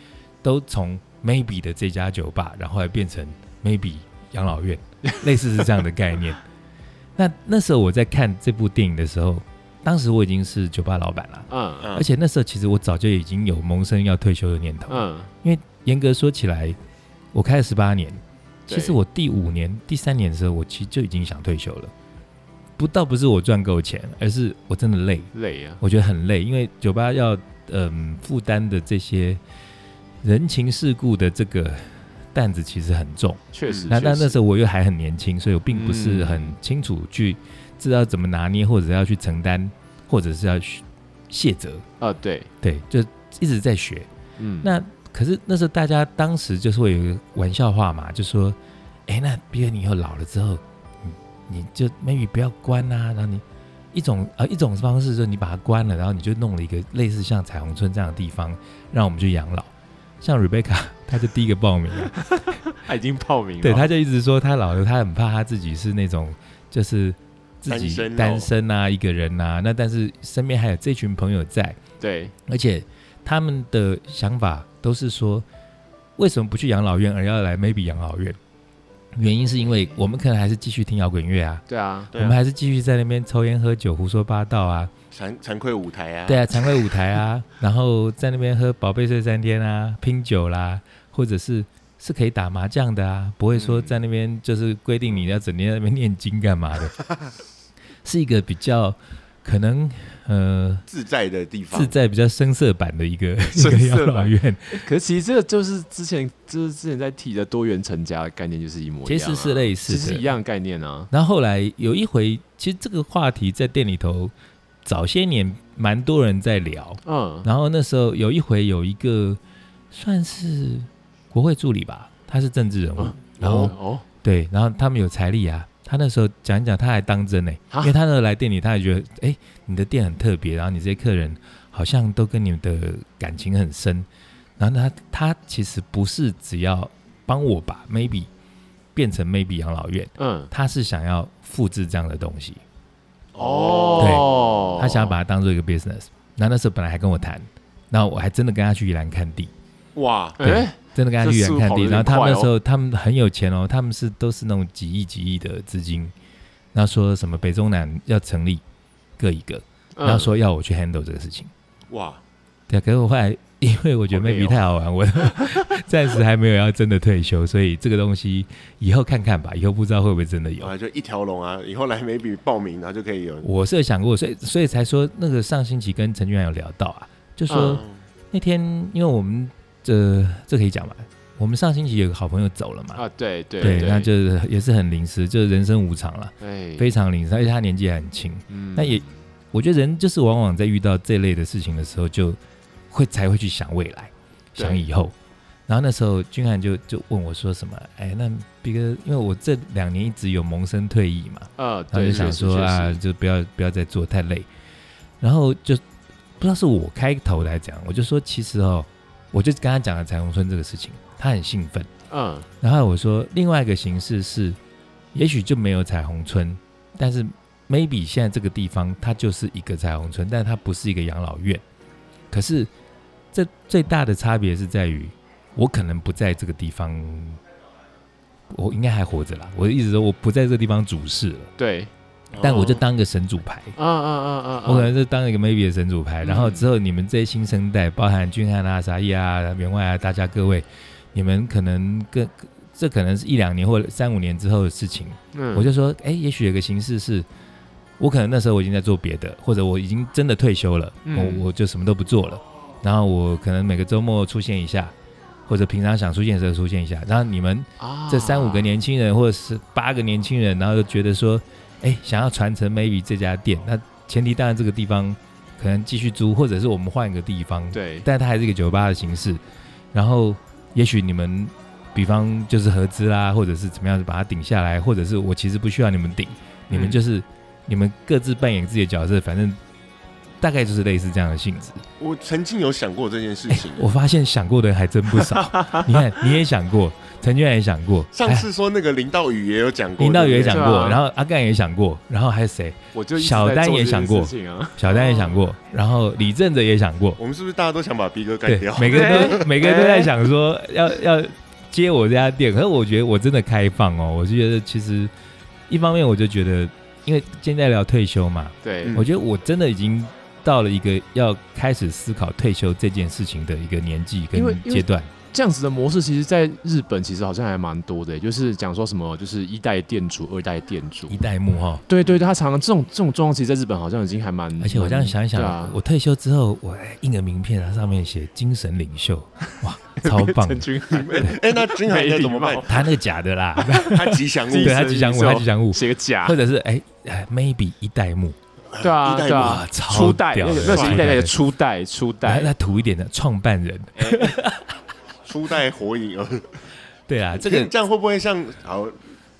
C: 都从 Maybe 的这家酒吧，然后来变成 Maybe 养老院，类似是这样的概念。 那那时候我在看这部电影的时候，当时我已经是酒吧老板了，
B: 嗯
A: 嗯
C: 而且那时候其实我早就已经有萌生要退休的念头。
B: 嗯，
C: 严格说起来，我开了十八年，
B: 对
C: 其实我第五年、第三年的时候，我其实就已经想退休了。不，倒不是我赚够钱，而是我真的累，
B: 累啊，
C: 我觉得很累，因为酒吧要嗯负担的这些人情世故的这个担子其实很重。
B: 确实，
C: 嗯那那
B: 确实
C: 那时候我又还很年轻，所以我并不是
B: 嗯
C: 很清楚去知道怎么拿捏，或者要去承担，或者是要去卸责，
B: 啊，对，
C: 对，就一直在学。
B: 嗯，
C: 那可是那时候大家当时就是会有一个玩笑话嘛，就说，哎，那比尔你以后老了之后，你你就 maybe 不要关啊，然后你一种呃一种方式就是你把它关了，然后你就弄了一个类似像彩虹村这样的地方，让我们去养老。像 Rebecca，她就第一个报名 啊，
B: 他已经报名了，
C: 对，他就一直说他老了，他很怕他自己是那种就是自
A: 单
C: 己
A: 身哦
C: 单身啊，一个人啊。那但是身边还有这群朋友在，
B: 对
C: 而且他们的想法都是说，为什么不去养老院，而要来 maybe 养老院？原因是因为我们可能还是继续听摇滚乐啊，
B: 对啊，
A: 对
C: 我们
A: 啊，
C: 还是继续在那边抽烟喝酒胡说八道啊，
A: 惭惭愧舞台啊，
C: 对啊，常规舞台啊，然后在那边喝宝贝睡三天啊，拼酒啦，或者是是可以打麻将的啊，不会
A: 嗯
C: 说在那边就是规定你要整天在那边念经干嘛的，是一个比较可能呃
A: 自在的地方
C: 自，在比较生涩版的一个 一
B: 生
C: 个
B: 涩
C: 养老
B: 版
C: 院，
B: 可是其实这个就是之前就是之前在提的多元成家的概念就是一模一
C: 其
B: 样啊、
C: 实是类
B: 其实
C: 似
B: 是一
C: 的。
B: 样的概念啊，
C: 然后后来有一回，其实这个话题在店里头早些年蛮多人在聊，
B: 嗯，
C: 然后那时候有一回有一个算是国会助理吧，他是政治人物，
B: 嗯
C: 然后
B: 哦，
C: 对，然后他们有财力啊。他那时候讲一讲，他还当真呢、
B: 啊
C: 因为他那时候来店里，他还觉得，哎、你的店很特别，然后你这些客人好像都跟你们的感情很深。然后呢他他其实不是只要帮我把 maybe 变成 maybe 养老院，
B: 嗯，
C: 他是想要复制这样的东西，
B: 哦，
C: 他想要把它当做一个 business。然后那时候本来还跟我谈，然后我还真的跟他去宜兰看地，
A: 哇，
C: 嗯
B: 对，哎
C: 真的跟他去远看
B: 这速度跑
C: 地，
B: 得有点
C: 然后他们
B: 快哦
C: 那时候他们很有钱哦，他们是都是那种几亿几亿的资金，然后说什么北中南要成立各一个，
B: 嗯
C: 然后说要我去 handle 这个事情，
A: 哇，
C: 对啊，可是我后来因为我觉得
B: 好累哦
C: maybe 太好玩，我 暂时还没有要真的退休，所以这个东西以后看看吧，以后不知道会不会真的有
A: 然。后就一条龙啊，以后来眉笔报名，然后就可以有人，
C: 我是有想过，所以所以才说那个上星期跟陈俊阳有聊到啊，就说、
A: 嗯
C: 那天因为我们这这可以讲吧，我们上星期有个好朋友走了嘛，
B: 啊，对对
C: 对，那就是也是很临时，就是人生无常了，
B: 哎，
C: 非常临时，而且他年纪还很轻。
B: 嗯
C: 那也，我觉得人就是往往在遇到这类的事情的时候，就会才会去想未来，
B: 对
C: 想以后。然后那时候君汉就就问我说什么，哎，那毕哥，因为我这两年一直有萌生退役嘛，
B: 呃，
C: 然后
B: 对，
C: 就想
B: 确实
C: 说啊，
B: 确实
C: 就不要不要再做太累。然后就不知道是我开头来讲，我就说其实哦，我就跟他讲了彩虹村这个事情，他很兴奋。
B: 嗯，
C: 然后我说，另外一个形式是，也许就没有彩虹村，但是 maybe 现在这个地方它就是一个彩虹村，但它不是一个养老院。可是这最大的差别是在于，我可能不在这个地方，我应该还活着啦。我的意思说，我不在这个地方主事了，
B: 对，
C: 但
B: 哦
A: 哦
C: 我就当一个神主牌。
B: 啊啊啊啊，啊
C: 我可能是当一个 maybe 的神主牌，
B: 嗯
C: 然后之后你们这些新生代，包含俊汉啊、沙溢啊、员外啊，大家各位，你们可能更这可能是一两年或三五年之后的事情。
B: 嗯
C: 我就说，哎，也许有个形式是，我可能那时候我已经在做别的，或者我已经真的退休了，
B: 嗯
C: 我我就什么都不做了，然后我可能每个周末出现一下，或者平常想出现的时候出现一下，然后你们
B: 啊
C: 这三五个年轻人或者是八个年轻人，然后就觉得说，哎，想要传承 maybe 这家店，那前提当然这个地方可能继续租，或者是我们换一个地方，，
B: 对
C: 但它还是一个酒吧的形式。然后也许你们，比方就是合资啦，或者是怎么样把它顶下来，或者是我其实不需要你们顶，你们
B: 嗯
C: 就是、你们各自扮演自己的角色，反正大概就是类似这样的性质。
A: 我曾经有想过这件事情，
C: 哎我发现想过的人还真不 少，你看你也想过，陈娟也想过，
A: 上
C: 哎
A: 次说那个林道宇也有讲过，
C: 林道宇也
A: 对不
C: 讲
A: 对
B: 对
C: 过，
B: 啊
C: 然后阿干也想过，然后还有谁？
B: 我就一直
C: 小
B: 在
C: 丹
B: 做
C: 也
B: 这件
C: 想过
B: 事情 啊，
C: 小丹也想过，然后李正哲也想过，
A: 我们是不是大家都想把逼哥干
C: 对
A: 掉？，
C: 每个人 都每个人都
B: 对
C: 在想说要 要接我这家店，可是我觉得我真的开放哦，我就觉得其实一方面我就觉得，因为现在聊退休嘛，
B: 对
A: 嗯，
C: 我觉得我真的已经到了一个要开始思考退休这件事情的一个年纪
B: 因为
C: 跟
B: 因为
C: 阶段，
B: 这样子的模式，其实在日本其实好像还蛮多的，就是讲说什么就是一代店主、二代店主，
C: 一代目哈。
B: 对对对，他常常这种这种状况，其实在日本好像已经还蛮，
C: 而且我这样想一想，
B: 对啊
C: 我退休之后，我印个名片，它上面写“精神领袖”， 哇，超棒的
B: 陈！君翰
A: 哎、 那君海
B: 没
A: 该
B: 礼
A: 怎么办
B: 貌？
C: 他那个假的 啦，
A: 他吉祥物
B: 精
C: 对啊
B: 神
C: 他吉祥物，
B: 领袖
C: 他吉祥物，
B: 写个 假
C: 或，者是哎哎，maybe 一代目，
B: 对啊
A: 一代
B: 对
A: 目
B: 啊
C: 哇，，超
B: 初代那
C: 屌的
B: 个那是一代代的
C: 初
B: 初代初
C: 代，
B: 代
C: 那，土一点的创 办人，
A: 初代火影哦，
C: 对啊，这
A: 这
C: 个
A: 个这样会不会像好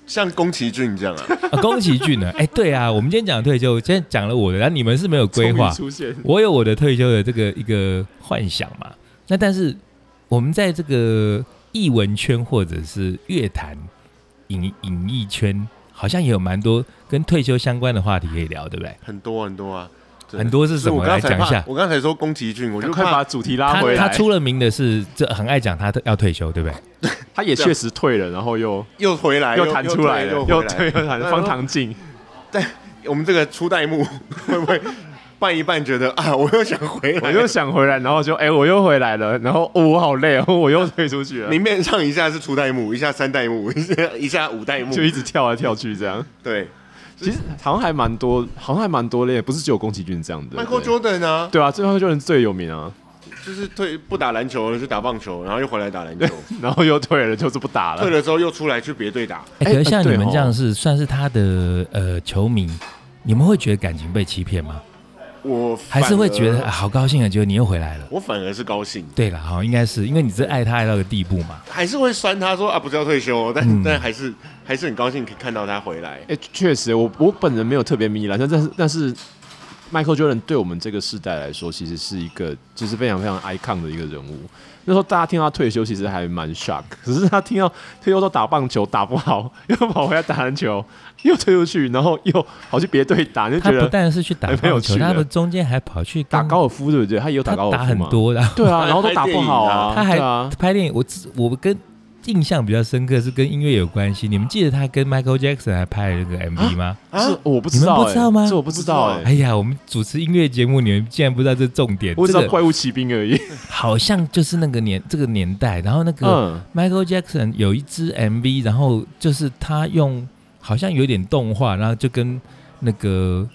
A: 像宫崎骏这样啊？
C: 啊宫崎骏呢，哎，对啊，我们今天讲退休，今天讲了我的，然后你们是没有规划
B: 终于，出现，
C: 我有我的退休的这个一个幻想嘛。那但是我们在这个艺文圈或者是乐坛、影影艺圈，好像也有蛮多跟退休相关的话题可以聊，对不对？
A: 很多很多啊，真的
C: 很多是
A: 是
C: 什
A: 我
C: 么？
A: 刚
C: 来
A: 才
C: 讲一
A: 怕
C: 下。
A: 我刚才说宫崎骏，我就
B: 赶快
A: 怕
B: 把主题拉
C: 他
B: 回来。哎
C: 他出了名的是，这很爱讲他要退休，对不对？
B: 他也确实退了，然后又
A: 哎又回来
B: 又弹出来了，
A: 又
B: 又
A: 回
B: 退
A: 来。
B: 又弹
A: 那
B: 方唐镜，
A: 我们这个初代目 会不会办一办，觉得啊，我又想 回
B: 我
A: 来？
B: 又想回来，然后就哎、我又回来了，然后、哦、我好累哦，我又退出去了，
A: 明面上一下是初代目，一下三代目，一 下一下五代目
B: 就，一直跳来跳去这样。
A: 对
B: 其实好像还蛮多，好像还蛮多类，不是只有宫崎骏这样的。
A: ，Michael
B: 对
A: Jordan 啊，
B: 对啊，最后就是最有名啊，
A: 就是退不打篮球了，就打棒球，然后又回来打篮球，
B: 然后又退了，就是不打
C: 啊
A: 退
B: 了。
A: 了之后又出来去别队打。
C: 哎、
B: 哎
C: 可是像
B: 呃对
C: 你们这
B: 哦
C: 样是、算是他的呃球迷，你们会觉得感情被欺骗吗？
A: 我
C: 还
A: 反
C: 是会觉
A: 而
C: 得、啊、好高兴啊，结果你又回来了？
A: 我反而是高兴，
C: 对了，哦哈，应该是因为你是爱他爱到个地步嘛。
A: 还是会酸他说啊，不是要退休哦，但、
C: 嗯
A: 但还是还是很高兴可以看到他回来。
B: 哎、确实，我我本人没有特别迷蓝，但但是但是。Michael Jordan 对我们这个世代来说，其实是一个就是非常非常 icon 的一个人物。那时候大家听到他退休，其实还蛮 shock。可是他听到退休都打棒球打不好， 又跑回来打篮球，又退出去，然后又跑去别队打，你就
C: 他
B: 觉
C: 不
B: 得
C: 但是去打
B: 哎没有
C: 棒球，
B: 趣了
C: 他们中间还跑去
B: 打
C: 跟
B: 高尔夫对不对？他也有
C: 他
B: 打高尔
C: 打
B: 夫
C: 很
B: 嘛？
C: 多的。
B: 对 啊，
A: 他
B: 然后都打不好啊，
C: 他还
B: 对啊，
C: 拍电影，我只我跟印象比较深刻是跟音乐有关系。你们记得他跟 Michael Jackson 还拍了那个 MV 吗？
A: 啊
B: 是我不知
C: 你们
B: 道、欸，
C: 不知道吗
B: 这我不知道、欸，
C: 哎呀，我们主持音乐节目，你们竟然不知道这重点？
B: 我只
C: 这
B: 知道
C: 个
B: 怪物骑兵而已。
C: 好像就是那个年这个年代，然后那个
B: 嗯，
C: Michael Jackson 有一支 MV，然后就是他用好像有点动画，然后就跟那个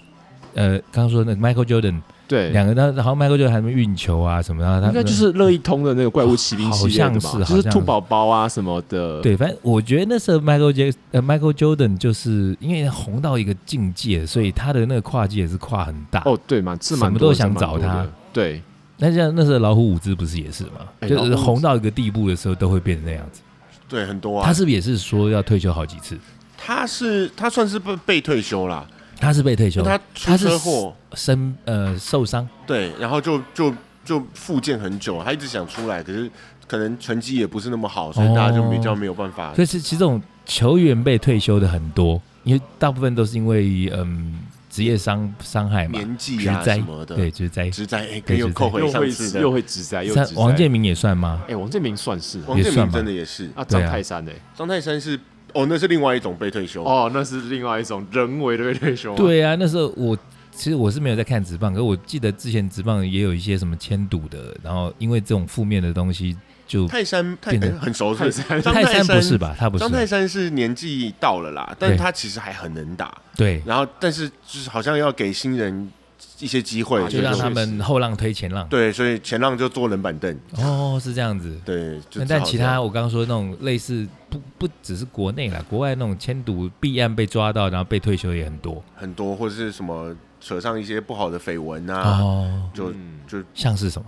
C: 呃刚刚说那个 Michael Jordan
B: 对，
C: 两个，然后然后 Michael Jordan 还没运球啊什么，然后他
B: 应该就是乐一通的那个怪物骑兵系列的吧，
C: 好像
B: 就
C: 是
B: 是
C: 好像是
B: 兔宝宝啊什么的。，
C: 对，反正我觉得那时候 Michael J 呃 Michael Jordan 就是因为红到一个境界，所以他的那个跨界也是跨很大。
B: 哦，对嘛，是蛮
C: 什么
B: 多
C: 都
B: 的
C: 想
B: 是蛮多
C: 找他
B: 的。对，
C: 那像那时候老虎伍兹不是也是吗？
B: 哎
C: 就是
B: 老虎伍兹
C: 红到一个地步的时候都会变成那样子。
A: 对，很多啊。
C: 他是不是也是说要退休好几次？
A: 他是他算是被被退休啦，
C: 他是被退
A: 就
C: 休，
A: 他出
C: 他是
A: 车祸，
C: 生呃受伤，
A: 对，然后就就就复健很久，他一直想出来，可是可能成绩也不是那么好，所以大家就比较没有办法。
C: 哦所以是其实这种球员被退休的很多，因为大部分都是因为嗯职业伤伤害嘛，
A: 年纪
C: 职
A: 啊
C: 灾
A: 什么的，
C: 对，职灾。
A: 职灾哎，可
C: 对
A: 以又
C: 职灾
A: 扣回
B: 又
A: 上
B: 会
A: 次
B: 又
A: 的
B: 会直栽，又
C: 像
B: 直栽
C: 王建民也算吗？
B: 哎，王建民算是啊
A: 王健
C: 也算
A: 民
C: 吧
A: 真的也是，
B: 啊，张
C: 对啊
B: 泰山哎，
A: 张泰山是哦，那是另外一种被退休，
B: 哦，那是另外一种人为的被退
A: 哦
B: 休啊。
C: 对啊，那时候我其实我是没有在看职棒，可是我记得之前职棒也有一些什么迁赌的，然后因为这种负面的东西就
A: 泰山泰
C: 变
A: 哎
C: 成
A: 很熟是
B: 泰
A: 不是
B: 山
A: 张
C: 泰
A: 泰
C: 山
A: 山
C: 不是吧？他不是
A: 张泰山是年纪到了啦，但
C: 对
A: 他其实还很能打，
C: 对，
A: 然后但是就是好像要给新人一些机会，所
B: 啊
C: 就
A: 以
C: 让
A: 就
C: 他们后浪推前浪。
A: 对，所以前浪就坐冷板凳，
C: 哦，是这样子。
A: 对，就只
C: 那
A: 好
C: 但其
A: 这样
C: 他我刚刚说那种类似不不只是国内啦，国外那种迁赌弊案被抓到，然后被退休也很多
A: 很多或者是什么扯上一些不好的绯闻啊，
C: 哦。
A: 就
B: 嗯
A: 就
C: 像是什么？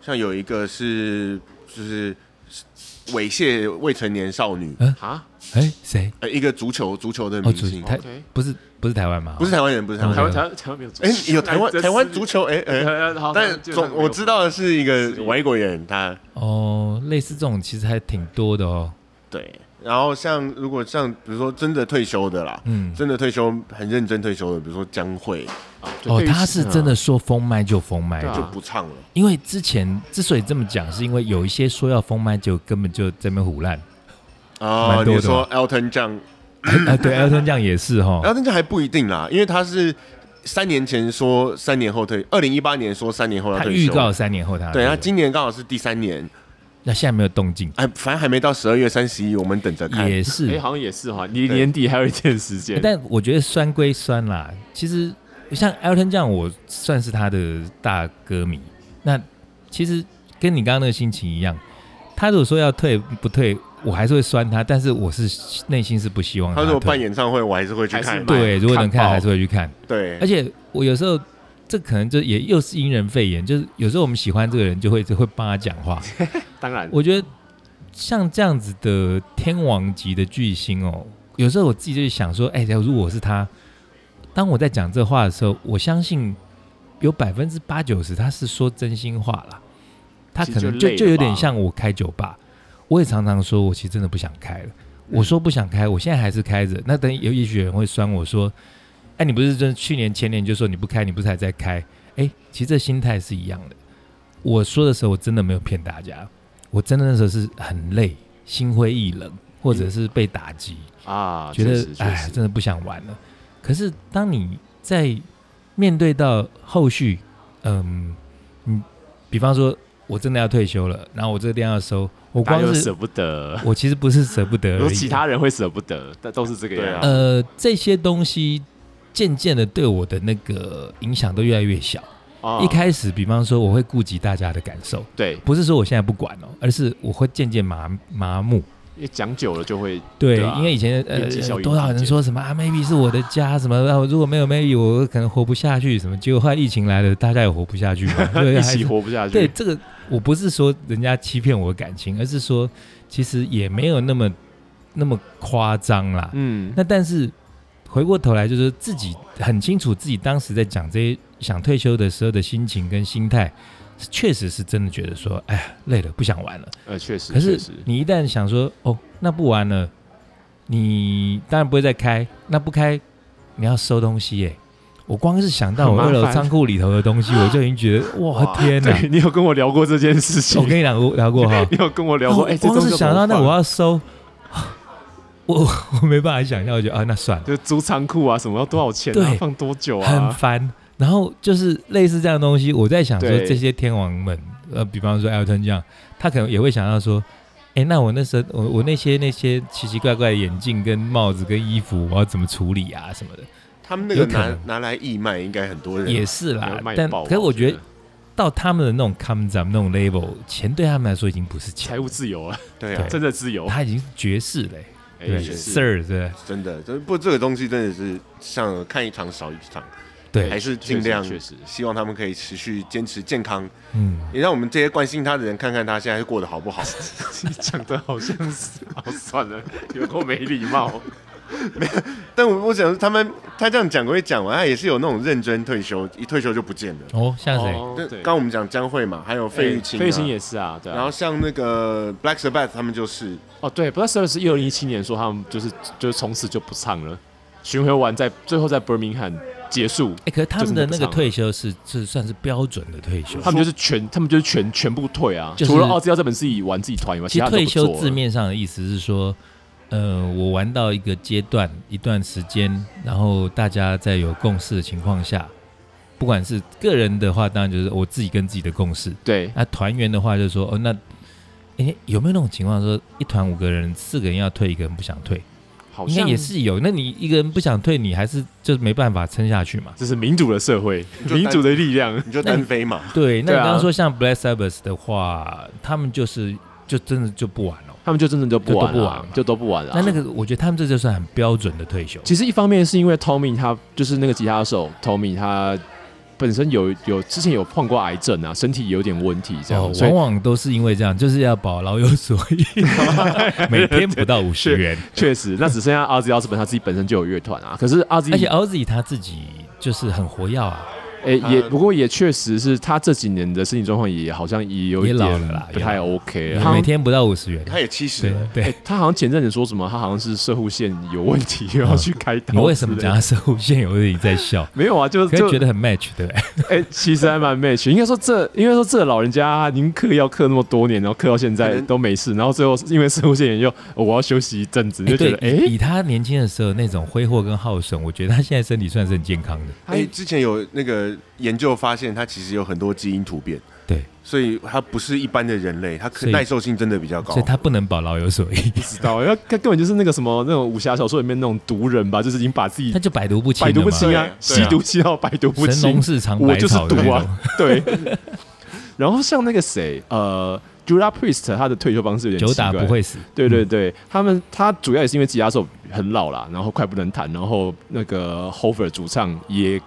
A: 像有一个是就是猥亵未成年少女，
B: 啊
C: 哎，谁？
A: 呃，一个足球足球的
C: 哦，
A: 明
C: 主
A: 星，
C: 台
B: ，OK，
C: 不是不是台湾吗？
A: 不是台湾人，不是台湾
C: 啊
B: 台
A: 人，
B: 湾台湾台湾没有足球，
A: 哎，有台湾
B: 哎
A: 台湾足，球，哎
B: 这是
A: 哎，
B: 呃好
A: 但
B: 基本上
A: 总
B: 没有
A: 我知道的是一
B: 是
A: 个外国人，他
C: 哦，类似这种其实还挺多的哦。
A: 对，然后像如果像比如说真的退休的啦。
C: 嗯，
A: 真的退休很认真退休的，比如说江蕙
B: 啊对
C: 哦
B: 类，似
C: 他是
B: 啊
C: 真的说封麦就封麦
B: 对啊
A: 就不唱了，
C: 因为之前之所以这么讲，是因为有一些说要封麦，就根本就在那边胡 乱。
A: 啊
C: 蛮多的哦
A: 你说 Elton John
C: 啊，对，Elton 这样也是哦哈
A: 然。后那就还不一定啦，因为他是三年前说三年后退，二零一八年说三年后要
C: 他
A: 退休，
C: 预告三年后他
A: 对他
C: 今
A: 今年刚好是第三年，
C: 那现在没有动静，
A: 哎，反正还没到十二月三十一，我们等着看。
C: 也
B: 哎、
C: 是。哎
B: 好像也是哈，离
A: 对
B: 年底还有一点时间。
C: 但我觉得酸归酸啦，其实像 Elton 这样，我算是他的大歌迷。那其实跟你刚刚那个心情一样，他如果说要退不退，我还是会酸他，但是我是内心是不希望
A: 他如
C: 退
A: 果办演唱会，我还是会去
B: 还
A: 看
B: 是。买
C: 对，如果能
B: 看
C: 看
B: 爆
C: 还是会去看。
A: 对，
C: 而且我有时候这可能就也又是因人肺炎，就是有时候我们喜欢这个人就会就会帮他讲 话。
B: 当然，
C: 我觉得像这样子的天王级的巨星哦，有时候我自己就想说，哎、如果我是他，当我在讲这话的时候，我相信有百分之八九十他是说真心话啦。他可能
B: 其实
C: 就
B: 就累了吧
C: 就有点像我开酒吧，我也常常说，我其实真的不想开了。
B: 嗯
C: 我说不想开，我现在还是开着。那等有也许有人会酸我说，哎，你不是真去年前年就说你不开，你不是还在开？哎，其实这心态是一样的。我说的时候，我真的没有骗大家，我真的那时候是很累，心灰意冷，或
B: 嗯
C: 者是被打击，
B: 啊，
C: 觉
B: 确
C: 得
B: 实确
C: 哎，
B: 实
C: 真的不想玩了。可是当你在面对到后续，嗯，你比方说我真的要退休了，然后我这个店要收，我
B: 大家
C: 光
B: 又
C: 是
B: 舍不得，
C: 我其实不是舍不得
B: 如
C: 而
B: 果
C: 已，
B: 其他人会舍不得，但都是这个
A: 对
B: 样
A: 啊
B: 子。
C: 呃，这些东西渐渐的对我的那个影响都越来越小。
B: 哦
C: 一开始，比方说我会顾及大家的感受，
B: 对，
C: 不是说我现在不管哦，而是我会渐渐麻麻木。
B: 因为讲久了就会
C: 对，
B: 对啊
C: 因为以前
B: 边际效
C: 呃
B: 应
C: 多少人说什么啊，maybe 是我的家，什么啊，如果没有 maybe 我可能活不下去，什么。结果后来疫情来了，大家也活不下去嘛， 对，
B: 一
C: 还
B: 起
C: 是
B: 活不下去。
C: 对这个，我不是说人家欺骗我的感情，而是说其实也没有那么那么夸张啦。
B: 嗯，
C: 那但是回过头来，就是自己很清楚自己当时在讲这些想退休的时候的心情跟心态，是确实是真的觉得说，哎呀，累了，不想玩了。
B: 呃，确实，
C: 可
B: 确
C: 是
B: 实，
C: 你一旦想说，哦，那不玩了，你当然不会再开，那不开你要收东西耶。我光是想到我
B: 很麻
C: 二
B: 烦
C: 楼仓库里头的东西，我就已经觉得哇
A: 哇
C: 天哪！
B: 对你有跟我聊过这件事情，
C: 我跟你聊过聊过哈，
B: 你有跟我聊
C: 啊
B: 过，
C: 我
B: 哎，这
C: 光
B: 东西
C: 是
B: 要
C: 想到
B: 怎么
C: 那我
B: 放
C: 要收， 我我我没办法想象，我觉得啊那算了。
B: 就租仓库啊，什么要多少钱啊
C: 对，
B: 放多久
C: 很
B: 啊？
C: 烦。然后就是类似这样的东西，我在想说
B: 对
C: 这些天王们，呃，比方说 Elton 这样，他可能也会想到说，哎，那我那时候我我那些那些奇奇怪怪的眼镜跟帽子跟衣服，我要怎么处理啊什么的，
A: 他们那个
C: 有可
A: 拿
C: 能
A: 拿来义卖，应该很多人
C: 也是
B: 可
C: 啦
B: 能。卖
C: 但
B: 爆吧
C: 可是我觉得
B: 得
C: 到他们的那种 come down 那种 label，钱对他们来说已经不是
B: 财
C: 钱，
B: 务自由啊，
A: 对啊，
B: 真的自由，
C: 他已经是爵士嘞、
B: 哎
C: 对
B: 也是
C: Sir 对
A: 真的，真不过这个东西真的是像看一场少一场，
C: 对
A: 还
C: 对，
A: 是
B: 哎确
A: 尽
B: 实
A: 量
B: 确实
A: 希望他们可以持续坚持健康，
C: 嗯，
A: 也让我们这些关心他的人看看他现在过得好不好。
B: 你讲的好像是，好算了，有够没礼 貌。
A: 但我我想他们他这样讲归讲完，他也是有那种认真退休，一退休就不见了。
C: 哦，像谁？
B: 哦
A: 那
B: 对
A: 刚刚我们讲江蕙嘛，还有费玉清、啊，
B: 费玉清也是啊，对啊。
A: 然后像那个 Black Sabbath 他们就是，
B: 哦，对，Black Sabbath 是一零一七年说他们就是就是从此就不唱了，巡回完在最后在 Birmingham 结束，
C: 哎，可是他们的那
B: 就是
C: 个
B: 不唱了
C: 退休是是算是标准的退休，
B: 他们就是全他们就是全全部退啊，
C: 就是
B: 除了奥兹要这本自己玩自己团以外，
C: 其实
B: 他都不
C: 退
B: 做
C: 休
B: 了
C: 字面上的意思是说，呃，我玩到一个阶段、一段时间，然后大家在有共识的情况下，不管是个人的话，当然就是我自己跟自己的共识；
B: 对
C: 那团员的话，就是说，哦，那诶有没有那种情况说，一团五个人，四个人要退，一个人不想退，
B: 好
C: 应该
B: 像
C: 也，是有。那你一个人不想退，你还是就是没办法撑下去嘛？
B: 这是民主的社会，
A: 就
B: 民主的力量。
A: 你就
C: 那你
A: 单飞嘛，
C: 对，那
B: 对
C: 你
B: 啊
C: 刚刚说像 Black Sabbath 的话，他们就是就真的就不玩了、
B: 他们就真的就不玩
C: 就都不
B: 了、
C: 玩嘛
B: 就都不玩了、
C: 那那个，我觉得他们这就算很标准的退休。
B: 其实一方面是因为 Tommy 他就是那个吉他手 Tommy 他本身有有之前有患过癌症啊，身体有点问题这样，
C: 哦，
B: 所以
C: 往往都是因为这样，就是要保老有所 依，每天不到五十元。
B: 确实那只剩下阿兹奥斯本他自己本身就有乐团啊，可是阿兹
C: 而且 Ozzy 他自己就是很活跃啊，
B: 诶、
A: 他
B: 也不过也确实是他这几年的身体状况也好像也有一
C: 也老
B: 点
C: 了啦
B: 不
C: 也
B: 太
C: 老
B: OK
C: 也
B: 了。他
C: 每天不到五十元。
A: 他也七十
C: 对
A: 了，
C: 对，
B: 他好像前阵子说什么，他好像是射护线有问题，又 要去开刀。
C: 嗯你为什么讲？他是无限有点在 笑？
B: 没有啊，就
C: 可
B: 就是
C: 觉得很 match，对不对？
B: 哎、其实还蛮 match。应该说这，应该说这老人家您嗑药嗑那么多年，然后嗑到现
A: 可
B: 在
A: 能
B: 都没事，然后最后因为射护腺炎又、哦我要休息一阵子，你就觉得哎、
C: 对，以以他年轻的时候那种挥霍跟耗损，我觉得他现在身体算是很健康的。
A: 哎、之前有那个研究发现，他其实有很多基因突变，
C: 对，
A: 所以它不是一般的人类，它可
C: 所以
A: 耐受性真的比较高
C: 所以。他不能保老有 所依，
B: 不知道，因为他根本就是那个什么那种武侠小说里面那种毒人吧，就是已经把自己
C: 他就百毒不侵
B: 百
C: 了
B: 毒
C: 嘛。
B: 不侵啊，
A: 对对
B: 吸
A: 啊
B: 毒吸到百毒不
C: 神
B: 侵
C: 农，氏尝
B: 我
C: 百
B: 就是
C: 草的
B: 毒
C: 那种。
B: 啊， 对。然后像那个谁，呃 j u d a Priest 他的退休方式有点
C: 久
B: 奇
C: 打
B: 怪
C: 不，会死，
B: 对对对，他们他主要也是因为吉他手很老啦，然后快不能弹，然后那个 Hofer 主唱也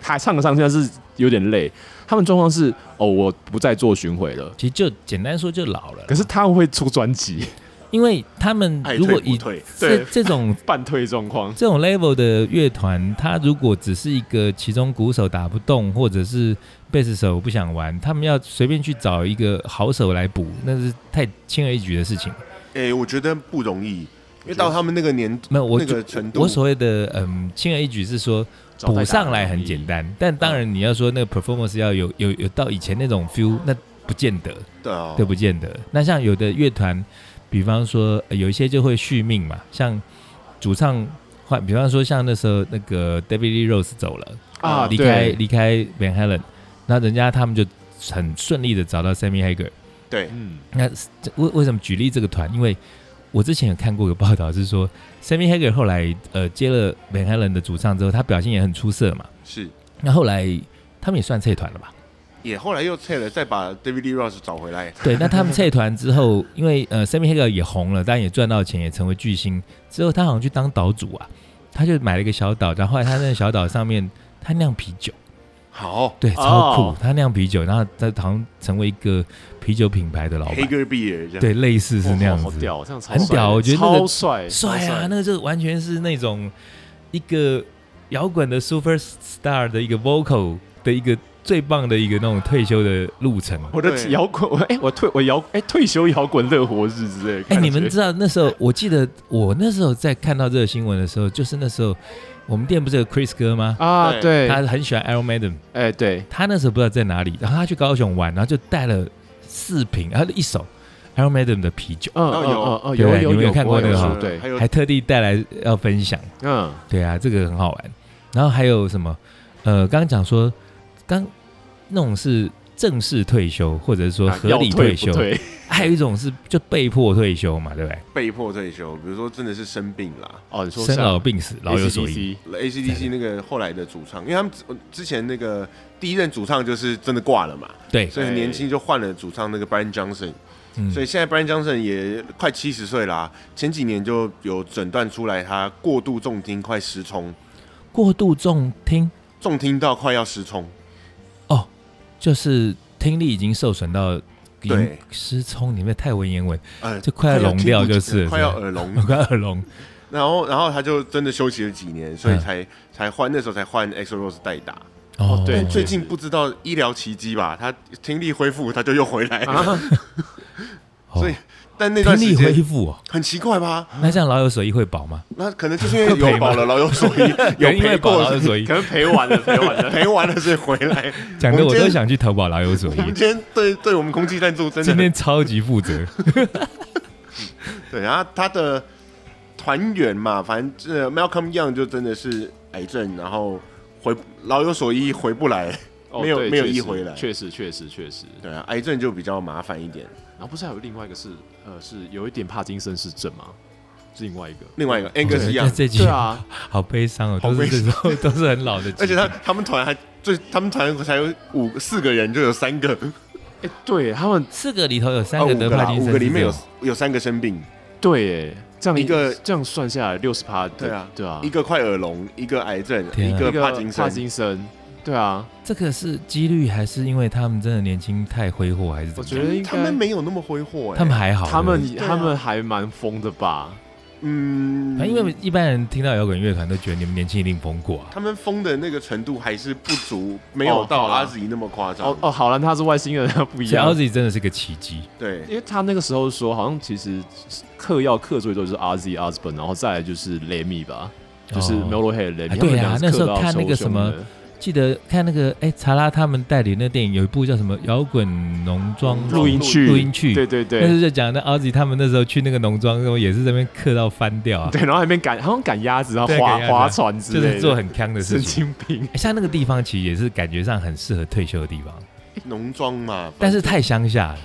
B: 还唱得上去，但是有点累。他们状况是哦，我不再做巡回了，
C: 其实就简单说就老了。
B: 可是他们会出专辑，
C: 因为他们
A: 爱
C: 如
A: 退
C: 果
A: 不
C: 以
A: 退，
C: 这
A: 对，
C: 这种
B: 半退状况。
C: 这种 level 的乐团，它如果只是一个其中鼓手打不动，或者是贝斯手不想玩，他们要随便去找一个好手来补，那是太轻而易举的事情。
A: 哎，我觉得不容易，因为到他们那个年
C: 没有我
A: 那个
C: 就
A: 程度，
C: 我所谓的嗯轻而易举是说
B: 找代打
C: 补上来很简单，但当然你要说那个 performance 要有有有到以前那种 feel，那不见得。
A: 对啊，
C: 对不见得。那像有的乐团，比方说、呃有一些就会续命嘛，像主唱换，比方说像那时候那个 David Lee Rose 走了，
B: 啊，
C: 哦离开
B: 对，
C: 离开 Van Halen，那人家他们就很顺利的找到 Sammy Hagar。
A: 对，
B: 嗯，
C: 那这为为什么举例这个团？因为我之前有看过有报道是说，Sammy Hagar 后来呃接了 Van Halen 的主唱之后，他表现也很出色嘛。
A: 是。
C: 那后来他们也算退 团了吧？
A: 也后来又撤了，再把 David Lee Ross 找回来。
C: 对，那他们退团之后，因为呃，Sammy Hagar 也红了，当然也赚到钱，也成为巨星。之后他好像去当岛主啊，他就买了一个小岛，然后后来他那个小岛上面他酿啤酒，
A: 好
C: 对，超酷，
B: 哦
C: 他酿啤酒，然后他好像成为一个啤酒品牌的老板，
A: ，Hager Beer 这样。
C: 对，类似是那样
B: 哇嗯哦好好
C: 子，
B: 屌，这样超
C: 很
B: 帅
C: 屌我觉得那个
B: 超帅，
C: 帅
B: 超
C: 啊，那个就完全是那种一个摇滚的 super star 的一个 vocal 的一个最棒的一个那种退休的路程。
B: 我的
A: 对
B: 摇滚，我哎、我退我摇哎、退休摇滚乐活日之类的
C: 哎、
B: 感觉。
C: 你们知道那时候，我记得我那时候在看到这个新闻的时候，就是那时候我们店不是有 Chris 哥吗？
B: 啊？对，
C: 他很喜欢 Iron Maiden，
B: 哎、对，
C: 他那时候不知道在哪里，然后他去高雄玩，然后就带了四瓶，他的一手 Iron Maiden 的啤酒，
B: 嗯
A: 哦
B: 嗯
A: 有
B: 嗯嗯，
C: 对
B: 有
C: 你们有
B: 有
C: 看过那个
B: 有
C: 哈
B: 有对
A: 还，有
C: 还特地带来要分享。
B: 嗯，
C: 对啊，这个很好玩。然后还有什么？呃，刚刚讲说，刚那种是正式退休，或者说
B: 啊
C: 合
B: 要
C: 理
B: 退
C: 休，
B: 不退，
C: 还有一种是就被迫退休嘛，对不对？
A: 被迫退休，比如说真的是生病啦。
B: 哦，你说
C: 生
B: 像
C: 老病死，老有所依。
B: ACDC
A: ACDC 那个后来的主唱，因为他们之之前那个第一任主唱就是真的挂了嘛，
C: 对，
A: 所以很年轻就换了主唱那个 Brian Johnson，
C: 嗯
A: 所以现在 Brian Johnson 也快七十岁啦，前几年就有诊断出来他过度重听快失聪，
C: 过度重听
A: 重听到快要失聪，
C: 就是听力已经受损到已经
A: 对
C: 失聪，你们太文言文，
A: 呃，
C: 就快要聋掉就是了
A: 快要
C: 是
A: 耳聋，
C: 快耳聋。
A: 然后然后他就真的休息了几年，所以
C: 嗯
A: 才、才换那时候才换 X Rose 代打，
B: 哦对
A: 但
B: 嗯
A: 最近不知道医疗奇迹吧，他听力恢复他就又回来了，
B: 啊，
C: 哦
A: 所以但那
C: 听
A: 段时
C: 力恢
A: 间
C: 复哦，
A: 很奇怪吧？
C: 那这样老有所依会保吗？
A: 那可能就是因为有保了老有所依， 有
C: 因
A: 赔
C: 为保
A: 过
C: 老有所依
B: 可，能赔完了，赔完了。
A: 赔完了所以回来。
C: 讲的
A: 我
C: 我
A: 们今
C: 都
A: 天
C: 想去投保老有所
A: 我
C: 依
A: 们。今天对对我们空气赞助真的
C: 今
A: 很
C: 天超级负 责，
A: 对，然后他的团员嘛，反正这 Malcolm Young 就真的是癌症，然后回老有所依回不来。
B: 哦
A: 没有
B: 对
A: 没有
B: 确实
A: 一回来
B: 确实确实确实。
A: 对啊，癌症就比较麻烦一点。
B: 然后不是还有另外一个是呃是有一点帕金森氏症吗？是另外一个，
A: 另外一个 Angus
C: 对那
A: Young，
C: 这集
B: 对啊，
C: 好悲伤哦，
A: 好
C: 都
A: 悲
C: 是这种 都是很老的集，
A: 而且他他们团还最他们团才有五四个人，就有三个，
B: 哎，对他们
C: 四个里头有三
A: 啊
C: 个
A: 五
C: 得
A: 个
C: 帕
A: 啦，
C: 金
A: 五
C: 森
A: 个里
C: 氏
A: 面有
C: 症
A: 有三个生病，
B: 对哎，这样
A: 一个
B: 这样算下来六十趴，
A: 对啊
B: 对啊，
A: 一个快耳聋，一个癌症，
C: 天
A: 一
C: 啊
A: 个
B: 一个
A: 帕金森
B: 帕。金森，对啊，
C: 这个是几率还是因为他们真的年轻太挥霍，还是怎
B: 我
C: 么
B: 觉
C: 样？
B: 得应
A: 他
B: 该
A: 们没有那么挥霍、欸，
C: 他们还好，
B: 他
C: 对不对
B: 们
A: 对啊
B: 他们还蛮疯的吧？
A: 嗯，
C: 反正因为一般人听到摇滚乐团都觉得你们年轻一定疯过啊。
A: 他们疯的那个程度还是不足，没有到
B: 好啦
A: 阿紫那么夸张。
B: 哦哦，好了，他是外星人，他不一
C: 所以
B: 样
C: Ozzy 真的是个奇迹，
A: 对
B: 因为他那个时候说，好像其实嗑药嗑最多就是 RZ、Osborn，然后再来就是 Lemmy 吧，就是
C: 哦
B: Metalhead Lemmy、他
C: 啊对啊
B: 们两个
C: 那时
B: 嗑
C: 候
B: 到
C: 看那
B: 超凶
C: 个什么
B: 的
C: 记得看那个哎查拉他们代理那电影有一部叫什么《摇滚农庄
B: 录音区，
C: 录音区
B: 对对
C: 那时
B: 对
C: 候就讲那 Ozzy 他们那时候去那个农庄的时候也是这边嗑到翻掉啊，
B: 对，然后还没赶，好像赶鸭子，然后
C: 对
B: 划
C: 赶鸭子啊
B: 划船之
C: 就
B: 类的，
C: 是做很坑的
B: 神
C: 事情。
B: 经病。哦
C: 哎像那个地方其实也是感觉上很适合退休的地方，
A: 农庄嘛，
C: 但是太乡下了。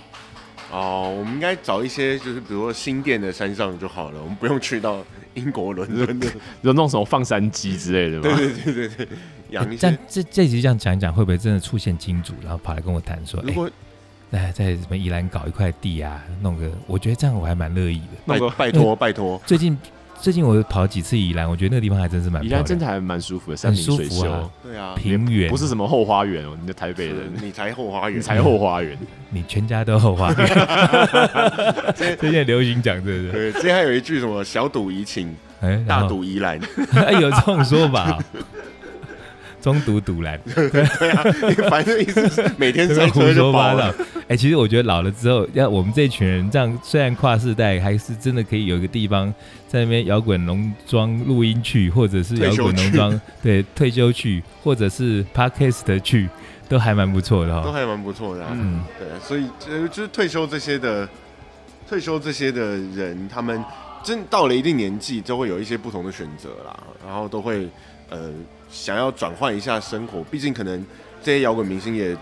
A: 哦，我们应该找一些就是比如说新店的山上就好了，我们不用去到英国伦敦的。
B: 就弄什么放山鸡之类的
A: 对
B: 嘛。
A: 对对对对，养一
C: 这样
A: 些。
C: 这这集这样讲一讲，会不会真的出现金主，然后跑来跟我谈说，
A: 如果
C: 哎、在什么宜兰搞一块地啊，弄个，我觉得这样我还蛮乐意的。
A: 拜
B: 那哎个
A: 哎拜托拜托，
C: 最近最近我跑了几次宜兰，我觉得那个地方还真是蛮
B: 宜
C: 漂
B: 兰
C: 亮
B: 真的还蛮舒服的，山
C: 很
B: 明
C: 舒
B: 水
C: 服
B: 秀，
C: 啊，
A: 对啊，
C: 平原
B: 不是什么后花园哦，你的台北人，
A: 你才后花
B: 你
A: 园，
B: 才后花园，
C: 你全家都有 花园。最近流行讲这个，
A: 对，之前还有一句什么“小赌怡情，
C: 哎，然
A: 大
C: 后 哎
A: 赌怡兰
C: 有这种说法哦、中毒堵拦，”，
A: 反正意思是每 天塞
C: 胡
A: 车就
C: 说
A: 饱
C: 八道
A: 了。。
C: 哎、其实我觉得老了之后，要我们这群人这样，虽然跨世代，还是真的可以有一个地方在那边摇滚农庄录音区，或者是摇滚农庄对退休区，或者是 podcast 区，都还蛮不错的哦
A: 都
C: 哈。
A: 还蛮不错的、啊，
C: 嗯，
A: 对啊，所以呃，就是退休这些的，退休这些的人，他们真到了一定年纪，就会有一些不同的选择啦，然后都会呃想要转换一下生活，毕竟可能这些摇滚明星也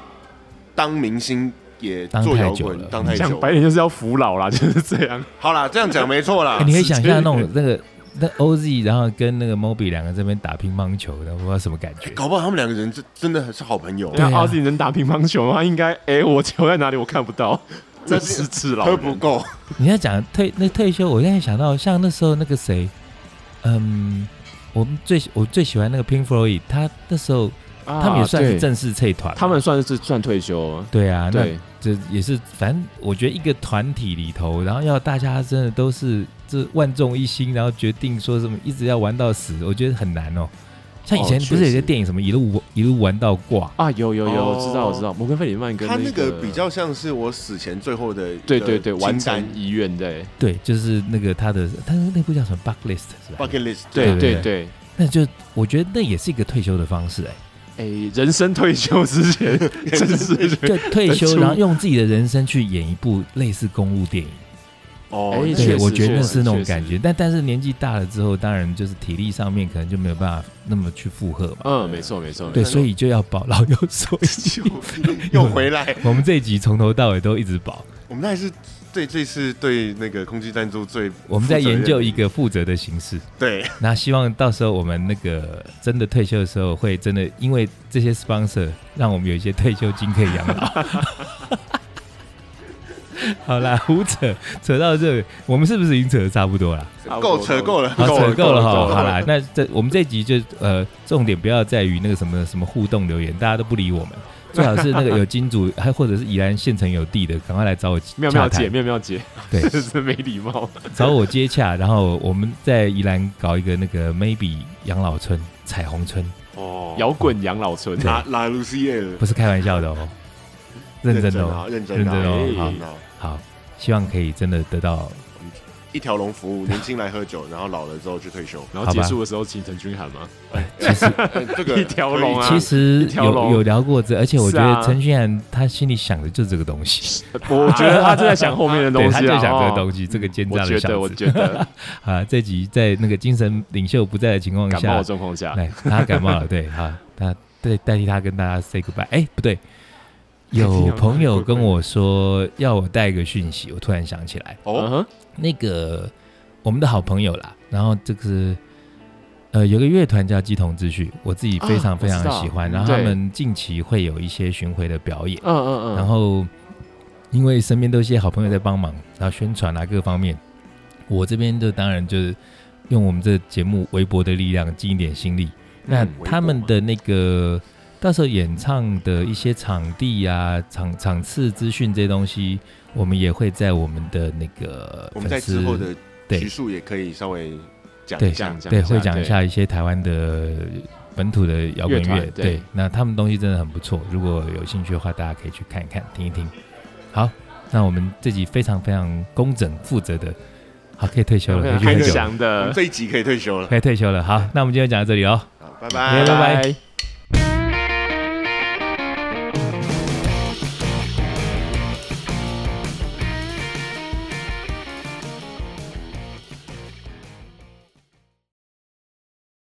A: 当明星也
C: 当
A: 做
C: 太
A: 摇
C: 久
A: 滚
C: 了
A: 当太
B: 讲
A: 久，
B: 白点就是要服老啦， 就是这样。
A: 好啦，这样讲没错啦
C: 哎，你可以想象那
B: 是
C: 种那个那 OZ，然后跟那个 Moby 两个这边打乒乓球的，我不知道什么感觉。
A: 搞不好他们两个人真真的是好朋友，
C: 对啊
B: 那阿信能打乒乓球吗？应该，哎，我球在哪里？我看不到，
A: 这
B: 这
A: 是
B: 是赤老
A: 喝不
B: 人。
A: 够，
C: 你要讲退那退休，我现在想到像那时候那个谁，嗯，我们最我最喜欢那个 Pink Floyd，他那时候
B: 啊
C: 他们也算是
B: 对
C: 正式退团嘛，啊
B: 他们算是算退休，哦
C: 对啊，那
B: 对，
C: 这也是反正我觉得一个团体里头，然后要大家真的都是这万众一心，然后决定说什么一直要玩到死，我觉得很难哦。像以前
A: 哦
C: 不是有
A: 确实
C: 些电影什么一路一路玩到挂，
B: 啊，有有有，
A: 哦
B: 我知道我知道，摩根费里曼跟
A: 他那
B: 那
A: 个比较像是我死前最后的一个
B: 对对对，完
A: 清单
B: 成遗愿对
C: 对，就是那个他的他那部叫什么 Buck List 是吧？
A: bucket list，
B: 对
C: 对
B: 对对，
C: 那就我觉得那也是一个退休的方式
B: 哎，
C: 哎、
B: 人生退休 之前，真是
C: 就退
B: 很
C: 休，
B: 粗
C: 然后用自己的人生去演一部类似公路电影。
A: 哦，
B: 哎
A: 那
C: 对
B: 确，实
C: 我觉得那是那种
B: 确实
C: 感觉。但但是年纪大了之后，当然就是体力上面可能就没有办法那么去负荷嘛。
B: 嗯，没错没错，
C: 对，
B: 没错
C: 所以就要保老有所
A: 就
C: 依。
A: 又回来。
C: 我们这一集从头到尾都一直保，
A: 我们那还是对这次对那个空气赞助最
C: 我们在研究一
A: 负
C: 个负责的形式。
A: 责任对
C: 那希望到时候我们那个真的退休的时候，会真的因为这些 sponsor，让我们有一些退休金可以养老。 好啦，胡扯扯到这里，我们是不是已经扯的差不多了？
B: 差不多
A: 够扯够了，
C: 好，扯啊够了哈。好啦
A: 了，，
C: 那这我们这一集就呃，重点不要在于那个什么什么互动留言，大家都不 理我们。最好是那个有金主，还或者是宜兰县城有地的，赶快来找我
B: 妙妙
C: 洽谈
B: 姐，妙妙姐，
C: 对
B: 真是没礼貌。
C: 找我接洽，然后我们在宜兰搞一个那个 maybe 养老村、彩虹村，
A: 哦
B: 摇滚养老村，
A: 拉拉露西耶了，
C: 不是开玩笑的 哦，认真的
A: 啊
C: 哦。，
A: 认
C: 认
A: 真
C: 真
A: 的
C: 哦
A: 啊
C: 好
A: 嗯啊，
C: 好，希望可以真的得到
A: 一条龙服务，年轻来喝酒，然后老了之后去退 休，
B: 然
C: 好
B: 后
C: 吧
B: 结束的时候请陈君涵嘛，
C: 其实
A: 哎这个
B: 一条龙啊
C: 其实
B: 一条
C: 有
B: 龙
C: 有聊过这，而且我
B: 是
C: 觉得
B: 啊
C: 陈俊然他心里想的就是这个东西，
B: 我觉得他正在想后面的东
C: 对，
B: 西
C: 他就
B: 啊
C: 想这个东
B: 哦
C: 西，这个奸
B: 我
C: 诈的
B: 觉得，
C: 小
B: 我
C: 子。
B: 觉得
C: 啊，这集在那个精神领袖不在的情况
B: 感冒
C: 下
B: 的，状况下，
C: 来他感冒了，对，好，那代代替他跟大家 say goodbye。哎、不对，
A: 代替
C: 有
A: 他
C: 朋友跟我说要我带一个讯息，我突然想起来，
B: 嗯
A: 哦，
B: 哼，
C: 那个我们的好朋友啦，然后这个是呃有个乐团叫鸡同秩序，我自己非
B: 啊
C: 常非常
B: 我知道
C: 喜欢，然后他们近期会有一些巡回的表演，
B: 嗯嗯嗯，
C: 然后因为身边都有一些好朋友在帮忙，然后宣传啊各方面，我这边就当然就是用我们这节目微薄的力量尽一点心力。那
A: 嗯微
C: 他们
A: 薄
C: 的那个到时候演唱的一些场地啊、场场次资讯这些东西，我们也会在我们的那个
A: 我们在
C: 粉丝
A: 之后的
C: 对
A: 局数也可以稍微讲
C: 对
A: 一下
B: 讲，讲
C: 对会讲一
B: 对
C: 下一些台湾的本土的摇滚
B: 乐
C: 乐
B: 团。对
C: 对，那他们东西真的很不错，如果有兴趣的话，大家可以去看一看、听一听。好，那我们这集非常非常工整、负责的，好，可以退休了，可以去
B: 开
C: 喝
B: 始
C: 酒了，
B: 想
A: 我
B: 的
A: 们，这一集可以退休了，
C: 可以退休了。好，那我们今天就讲到这里哦。
A: 好，
C: 拜拜
B: 拜拜。